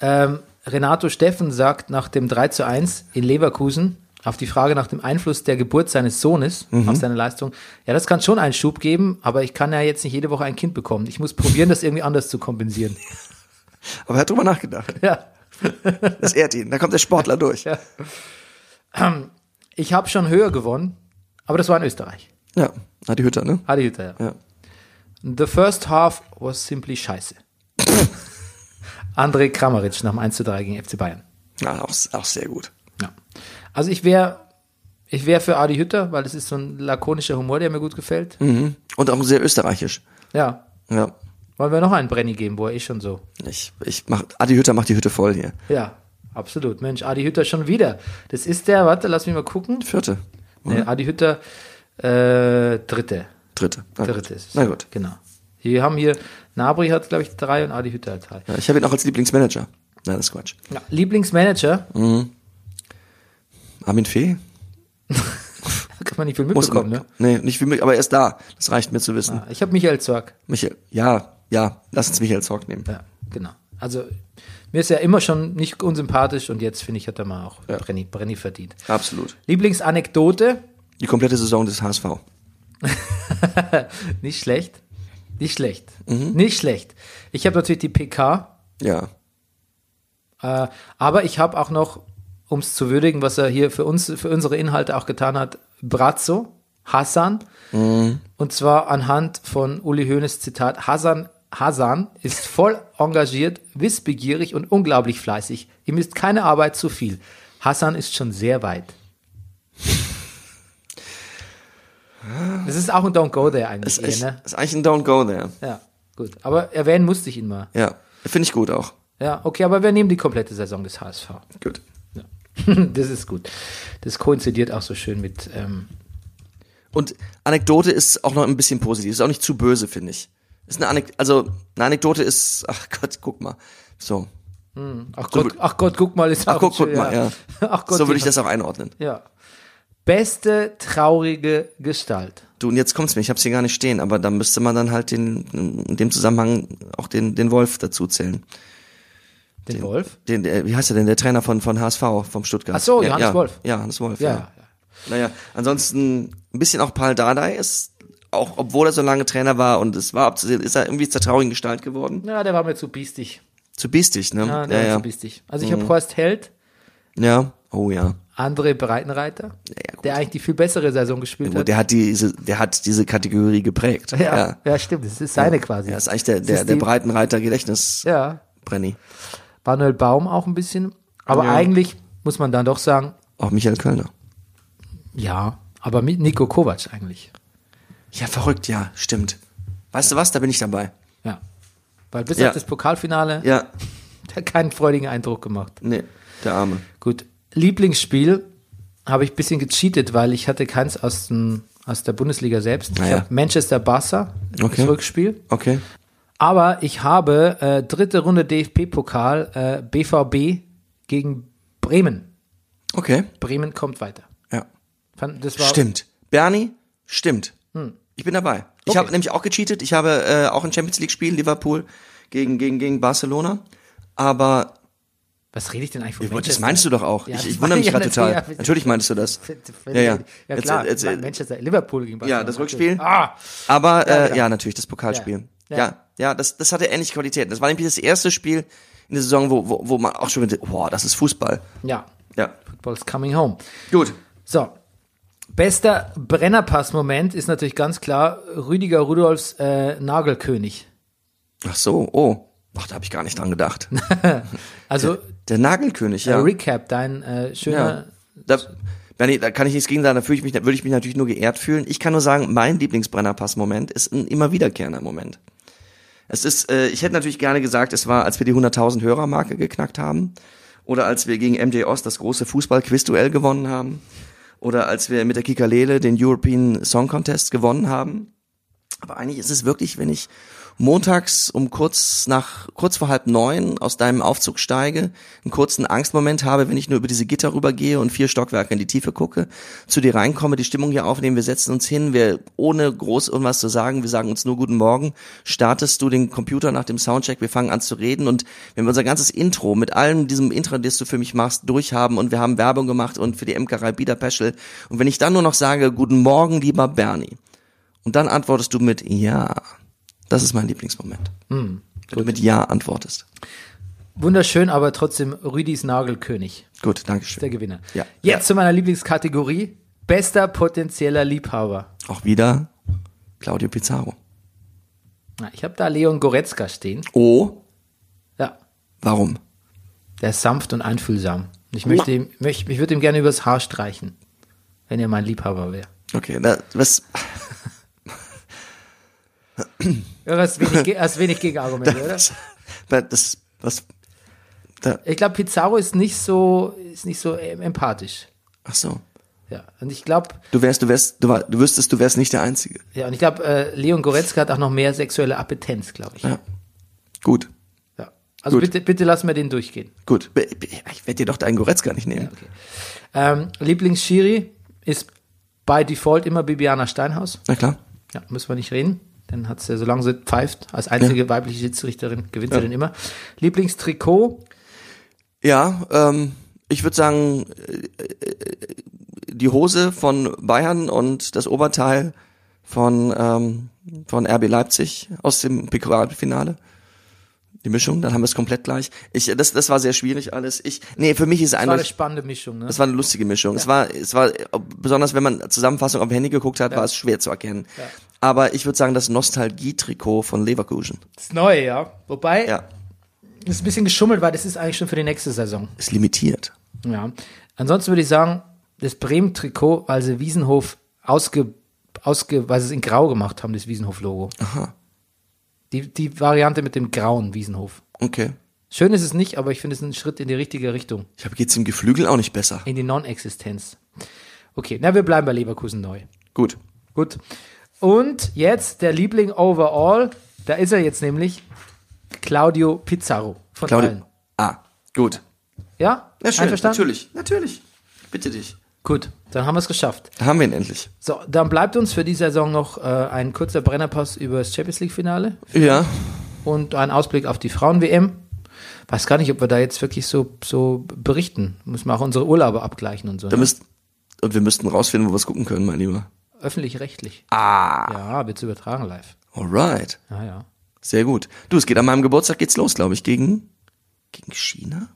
Speaker 1: Ähm, Renato Steffen sagt nach dem 3 zu 1 in Leverkusen auf die Frage nach dem Einfluss der Geburt seines Sohnes auf seine Leistung, ja, das kann schon einen Schub geben, aber ich kann ja jetzt nicht jede Woche ein Kind bekommen. Ich muss probieren, das irgendwie anders zu kompensieren.
Speaker 2: Aber er hat drüber nachgedacht.
Speaker 1: Ja,
Speaker 2: Das ehrt ihn. Da kommt der Sportler durch.
Speaker 1: ja. Ich habe schon höher gewonnen, aber das war in Österreich.
Speaker 2: Ja, hat die Hütter, ne?
Speaker 1: Adi Hütter, ja.
Speaker 2: Ja.
Speaker 1: The first half was simply scheiße. André Kramaric nach dem 1 zu 3 gegen FC Bayern.
Speaker 2: Ja, auch, auch sehr gut.
Speaker 1: Ja. Also ich wäre ich wär für Adi Hütter, weil das ist so ein lakonischer Humor, der mir gut gefällt.
Speaker 2: Mhm. Und auch sehr österreichisch.
Speaker 1: Ja.
Speaker 2: Ja.
Speaker 1: Wollen wir noch einen Brenny geben, wo er eh schon so.
Speaker 2: Ich, ich mach, Adi Hütter macht die Hütte voll hier.
Speaker 1: Ja, absolut. Mensch, Adi Hütter schon wieder. Das ist der, warte, lass mich mal gucken.
Speaker 2: Vierte.
Speaker 1: Nee, Adi Hütter, äh, dritte.
Speaker 2: Dritte. Na gut.
Speaker 1: Dritte ist es.
Speaker 2: Na gut.
Speaker 1: Genau. Wir haben hier, Nabri hat, glaube ich, drei und Adi Hütter hat drei.
Speaker 2: Ja, ich habe ihn auch als Lieblingsmanager. Nein, das ist Quatsch. Mhm.
Speaker 1: Ja. Lieblingsmanager,
Speaker 2: Armin Fee?
Speaker 1: kann man nicht viel mitbekommen, ne?
Speaker 2: Nee, nicht viel mit, aber er ist da. Das reicht mir zu wissen.
Speaker 1: Ich habe Michael Zorg.
Speaker 2: Michael, ja, ja, lass uns Michael Zorg nehmen.
Speaker 1: Ja, genau. Also mir ist er immer schon nicht unsympathisch und jetzt finde ich, hat er mal auch
Speaker 2: Ja.
Speaker 1: Brenny, Brenny verdient.
Speaker 2: Absolut.
Speaker 1: Lieblingsanekdote,
Speaker 2: Die komplette Saison des HSV.
Speaker 1: nicht schlecht. Nicht schlecht.
Speaker 2: Mhm.
Speaker 1: Nicht schlecht. Ich habe natürlich die PK,
Speaker 2: Ja.
Speaker 1: äh, aber ich habe auch noch, um es zu würdigen, was er hier für uns, für unsere Inhalte auch getan hat, Brazzo, Hassan. Und zwar anhand von Uli Hoeneß Zitat, Hassan, Hassan ist voll engagiert, wissbegierig und unglaublich fleißig. Ihm ist keine Arbeit zu viel. Hassan ist schon sehr weit. Das ist auch ein Don't Go There
Speaker 2: Das
Speaker 1: eigentlich,
Speaker 2: ist,
Speaker 1: eher, ne?
Speaker 2: ist eigentlich ein Don't Go There.
Speaker 1: Ja, gut. Aber erwähnen musste ich ihn mal.
Speaker 2: Ja, finde ich gut auch.
Speaker 1: Ja, okay, aber wir nehmen die komplette Saison des HSV.
Speaker 2: Gut.
Speaker 1: das ist gut. Das koinzidiert auch so schön mit. Ähm,
Speaker 2: Und Anekdote ist auch noch ein bisschen positiv. Ist auch nicht zu böse, finde ich. Ist eine Anek also eine Anekdote ist, ach Gott, guck mal. So,
Speaker 1: ach, Gott, ach Gott, guck mal, ist
Speaker 2: Ach
Speaker 1: auch
Speaker 2: Gott,
Speaker 1: schön,
Speaker 2: guck mal, ja.
Speaker 1: Ach Gott,
Speaker 2: so würde ich
Speaker 1: ja.
Speaker 2: das auch einordnen.
Speaker 1: Ja. Beste traurige Gestalt.
Speaker 2: Du, und jetzt kommt's mir, ich hab's hier gar nicht stehen, aber da müsste man dann halt den, in dem Zusammenhang auch den, den Wolf dazu zählen.
Speaker 1: Den Wolf?
Speaker 2: Den, der, wie heißt er denn, der Trainer von, von HSV, vom Stuttgart.
Speaker 1: Ach so, Johannes
Speaker 2: ja,
Speaker 1: Wolf.
Speaker 2: Ja, Johannes Wolf, ja.
Speaker 1: Ja.
Speaker 2: Naja, ansonsten ein bisschen auch Paul Dardai ist, auch obwohl er so lange Trainer war und es war abzusehen, ist er irgendwie zur traurigen Gestalt geworden.
Speaker 1: Ja, der war mir zu biestig.
Speaker 2: Zu biestig, ne?
Speaker 1: Ja, der war
Speaker 2: ja, ja.
Speaker 1: Ah, zu
Speaker 2: Mhm.
Speaker 1: biestig. Also ich habe Horst Held,
Speaker 2: ja. Oh ja.
Speaker 1: André Breitenreiter,
Speaker 2: ja, gut.
Speaker 1: der eigentlich die viel bessere Saison gespielt
Speaker 2: Gut,
Speaker 1: hat.
Speaker 2: der hat diese, der hat diese Kategorie geprägt.
Speaker 1: ja, ja.
Speaker 2: ja.
Speaker 1: stimmt, das ist seine quasi.
Speaker 2: Das ist eigentlich der,
Speaker 1: Das
Speaker 2: der,
Speaker 1: ist
Speaker 2: der
Speaker 1: die-
Speaker 2: Breitenreiter Gedächtnis.
Speaker 1: Ja,
Speaker 2: Brenny.
Speaker 1: Manuel Baum auch ein bisschen. Aber eigentlich muss man dann doch sagen,
Speaker 2: Auch Michael Kölner.
Speaker 1: ja, aber mit Nico Kovac eigentlich.
Speaker 2: Ja, verrückt, ja, stimmt. Weißt du was? Da bin ich dabei.
Speaker 1: Ja. Weil bis
Speaker 2: Ja.
Speaker 1: auf das Pokalfinale
Speaker 2: Ja,
Speaker 1: hat er keinen freudigen Eindruck gemacht.
Speaker 2: nee, der Arme.
Speaker 1: Gut. Lieblingsspiel habe ich ein bisschen gecheatet, weil ich hatte keins aus, dem, aus der Bundesliga selbst. Ich
Speaker 2: Naja.
Speaker 1: habe Manchester Barca,
Speaker 2: Okay.
Speaker 1: das Rückspiel.
Speaker 2: Okay.
Speaker 1: Aber ich habe äh, dritte Runde DFB-Pokal äh, BVB gegen Bremen.
Speaker 2: Okay.
Speaker 1: Bremen kommt weiter.
Speaker 2: Ja.
Speaker 1: Fand, das war,
Speaker 2: Stimmt. Bernie, stimmt. Ich bin dabei. Ich
Speaker 1: Hm. Okay.
Speaker 2: habe nämlich auch gecheatet. Ich habe äh, auch ein Champions League Spiel Liverpool gegen gegen gegen Barcelona. Aber
Speaker 1: Was rede ich denn eigentlich von
Speaker 2: Gott,
Speaker 1: Manchester?
Speaker 2: das meinst du doch auch.
Speaker 1: Ja,
Speaker 2: ich
Speaker 1: das
Speaker 2: ich wundere mich
Speaker 1: meine
Speaker 2: gerade
Speaker 1: ich ja,
Speaker 2: total.
Speaker 1: das- ja,
Speaker 2: Natürlich meintest du das.
Speaker 1: Wenn-
Speaker 2: Ja, ja.
Speaker 1: ja
Speaker 2: Jetzt-
Speaker 1: klar,
Speaker 2: jetzt-
Speaker 1: Manchester, Liverpool gegen Barcelona.
Speaker 2: Ja, das Rückspiel.
Speaker 1: Ah,
Speaker 2: Aber äh,
Speaker 1: ja.
Speaker 2: ja. natürlich das Pokalspiel.
Speaker 1: Ja.
Speaker 2: Ja,
Speaker 1: Ja.
Speaker 2: ja, das, das hatte ähnliche Qualitäten. Das war nämlich das erste Spiel in der Saison, wo, wo, wo man auch schon wieder, boah, das ist Fußball.
Speaker 1: ja,
Speaker 2: Ja,
Speaker 1: Football's coming home.
Speaker 2: gut.
Speaker 1: So, bester Brennerpass-Moment ist natürlich ganz klar Rüdiger Rudolfs äh, Nagelkönig.
Speaker 2: Ach so, oh, ach, da habe ich gar nicht dran gedacht.
Speaker 1: Also
Speaker 2: Der Nagelkönig, ja.
Speaker 1: äh, Recap, dein äh,
Speaker 2: ja.
Speaker 1: schöner,
Speaker 2: Da, Bernie, da kann ich nichts gegen sagen, da fühle ich mich, da würde ich mich natürlich nur geehrt fühlen. Ich kann nur sagen, mein Lieblingsbrennerpass-Moment ist ein immer wiederkehrender Moment. Es ist, äh, ich hätte natürlich gerne gesagt, es war, als wir die 100.000 Hörer-Marke geknackt haben. Oder als wir gegen MJ Ost das große Fußball-Quiz-Duell gewonnen haben. Oder als wir mit der Kikalele den European Song Contest gewonnen haben. Aber eigentlich ist es wirklich, wenn ich montags um kurz nach, kurz vor halb neun aus deinem Aufzug steige, einen kurzen Angstmoment habe, wenn ich nur über diese Gitter rübergehe und vier Stockwerke in die Tiefe gucke, zu dir reinkomme, die Stimmung hier aufnehmen, wir setzen uns hin, wir, ohne groß irgendwas zu sagen, wir sagen uns nur guten Morgen, startest du den Computer nach dem Soundcheck, wir fangen an zu reden und wenn wir unser ganzes Intro mit allem diesem Intro, das du für mich machst, durchhaben und wir haben Werbung gemacht und für die Imkerei Bieder Peschel und wenn ich dann nur noch sage, guten Morgen, lieber Bernie, und dann antwortest du mit Ja. Das ist mein Lieblingsmoment. Wenn du mit Ja antwortest.
Speaker 1: wunderschön, aber trotzdem Rüdis Nagelkönig,
Speaker 2: Gut, danke
Speaker 1: der
Speaker 2: schön.
Speaker 1: Gewinner.
Speaker 2: Ja.
Speaker 1: Jetzt zu meiner Lieblingskategorie, bester potenzieller Liebhaber.
Speaker 2: Auch wieder Claudio Pizarro.
Speaker 1: Na, Ich habe da Leon Goretzka stehen.
Speaker 2: Oh,
Speaker 1: Ja,
Speaker 2: warum?
Speaker 1: der ist sanft und einfühlsam. Und Ich möchte ihm, möchte, ich würde ihm gerne übers Haar streichen, wenn er mein Liebhaber wäre.
Speaker 2: Okay, da, was,
Speaker 1: Ja, das ist wenig, Ge- das ist wenig Gegenargument, oder?
Speaker 2: das, das, was, da,
Speaker 1: Ich glaube, Pizarro ist nicht so, ist nicht so ähm, empathisch.
Speaker 2: ach so.
Speaker 1: Ja, und ich glaube,
Speaker 2: Du wärst, du wärst, du, war, du wüsstest, du wärst nicht der Einzige.
Speaker 1: ja, und ich glaube, äh, Leon Goretzka hat auch noch mehr sexuelle Appetenz, glaube ich.
Speaker 2: Ja. Gut,
Speaker 1: Ja. Also
Speaker 2: Gut.
Speaker 1: bitte, bitte lass mir den durchgehen.
Speaker 2: gut. Be- be- Ich werde dir doch deinen Goretzka nicht nehmen.
Speaker 1: Ähm, Lieblingsschiri ist bei Default immer Bibiana Steinhaus.
Speaker 2: Na klar.
Speaker 1: Ja, müssen wir nicht reden. Dann hat sie, ja, solange sie pfeift, als einzige weibliche Schiedsrichterin gewinnt sie dann immer. Lieblingstrikot,
Speaker 2: Ja, ähm, ich würde sagen, äh, äh, die Hose von Bayern und das Oberteil von, ähm, von RB Leipzig aus dem Pokalfinale. Die Mischung, dann haben wir es komplett gleich. Ich, äh, das, das war sehr schwierig alles. Ich, nee, für mich ist
Speaker 1: das war eine
Speaker 2: eindeutig.
Speaker 1: spannende Mischung. Ne?
Speaker 2: Es war eine lustige Mischung. Es war, es war, äh, ob- besonders wenn man Zusammenfassung auf dem Handy geguckt hat, war es schwer zu erkennen. Aber ich würde sagen, das Nostalgie-Trikot von Leverkusen.
Speaker 1: Das Neue, ja. Wobei,
Speaker 2: Ja,
Speaker 1: ist ein bisschen geschummelt, weil das ist eigentlich schon für die nächste Saison.
Speaker 2: ist limitiert.
Speaker 1: Ja. Ansonsten würde ich sagen, das Bremen-Trikot, weil sie Wiesenhof ausge, ausge, weil sie es in Grau gemacht haben, das Wiesenhof-Logo. Die, die Variante mit dem grauen Wiesenhof.
Speaker 2: Okay.
Speaker 1: Schön ist es nicht, aber ich finde es ist ein Schritt in die richtige Richtung.
Speaker 2: Ich habe geht's im Geflügel auch nicht besser.
Speaker 1: In die Non-Existenz. Okay, na, wir bleiben bei Leverkusen neu.
Speaker 2: Gut.
Speaker 1: Gut. Und jetzt der Liebling overall, da ist er jetzt nämlich, Claudio Pizarro von allen.
Speaker 2: Claudio. Ah, gut.
Speaker 1: Ja?
Speaker 2: Ja, schön.
Speaker 1: Einverstanden?
Speaker 2: Natürlich, natürlich. Bitte dich.
Speaker 1: Gut, dann haben wir es geschafft.
Speaker 2: Da haben wir ihn endlich.
Speaker 1: So, dann bleibt uns für die Saison noch äh, ein kurzer Brennerpass über das Champions League-Finale
Speaker 2: Ja.
Speaker 1: und ein Ausblick auf die Frauen-WM. Weiß gar nicht, ob wir da jetzt wirklich so, so berichten. Muss man auch unsere Urlaube abgleichen und so.
Speaker 2: Da
Speaker 1: Ne?
Speaker 2: müsst, und wir müssten rausfinden, wo wir es gucken können, mein Lieber.
Speaker 1: Öffentlich-rechtlich.
Speaker 2: Ah.
Speaker 1: Ja, wird's übertragen live.
Speaker 2: Alright.
Speaker 1: Ja, ja.
Speaker 2: Sehr gut. Du, es geht an meinem Geburtstag geht's los, glaube ich, gegen gegen China.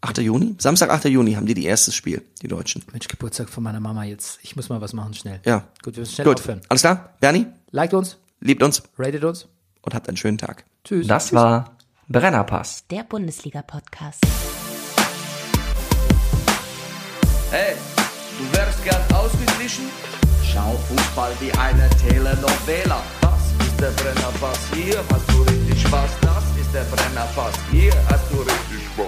Speaker 2: 8. Juni? Samstag, 8. Juni haben die die erstes Spiel, die Deutschen.
Speaker 1: Mensch, Geburtstag von meiner Mama jetzt. Ich muss mal was machen, schnell.
Speaker 2: Ja.
Speaker 1: Gut, wir müssen schnell
Speaker 2: Gut.
Speaker 1: aufhören.
Speaker 2: Alles klar? Bernie,
Speaker 1: Liked uns,
Speaker 2: liebt uns
Speaker 1: ratet uns.
Speaker 2: und habt einen schönen Tag.
Speaker 1: Tschüss.
Speaker 3: Das war Brennerpass.
Speaker 4: Der Bundesliga-Podcast.
Speaker 5: Hey, du wärst gern ausgeglichen? Schau Fußball wie eine Telenovela. Das ist der Brennerpass, hier hast du richtig Spaß. Das ist der Brennerpass, hier hast du richtig Spaß.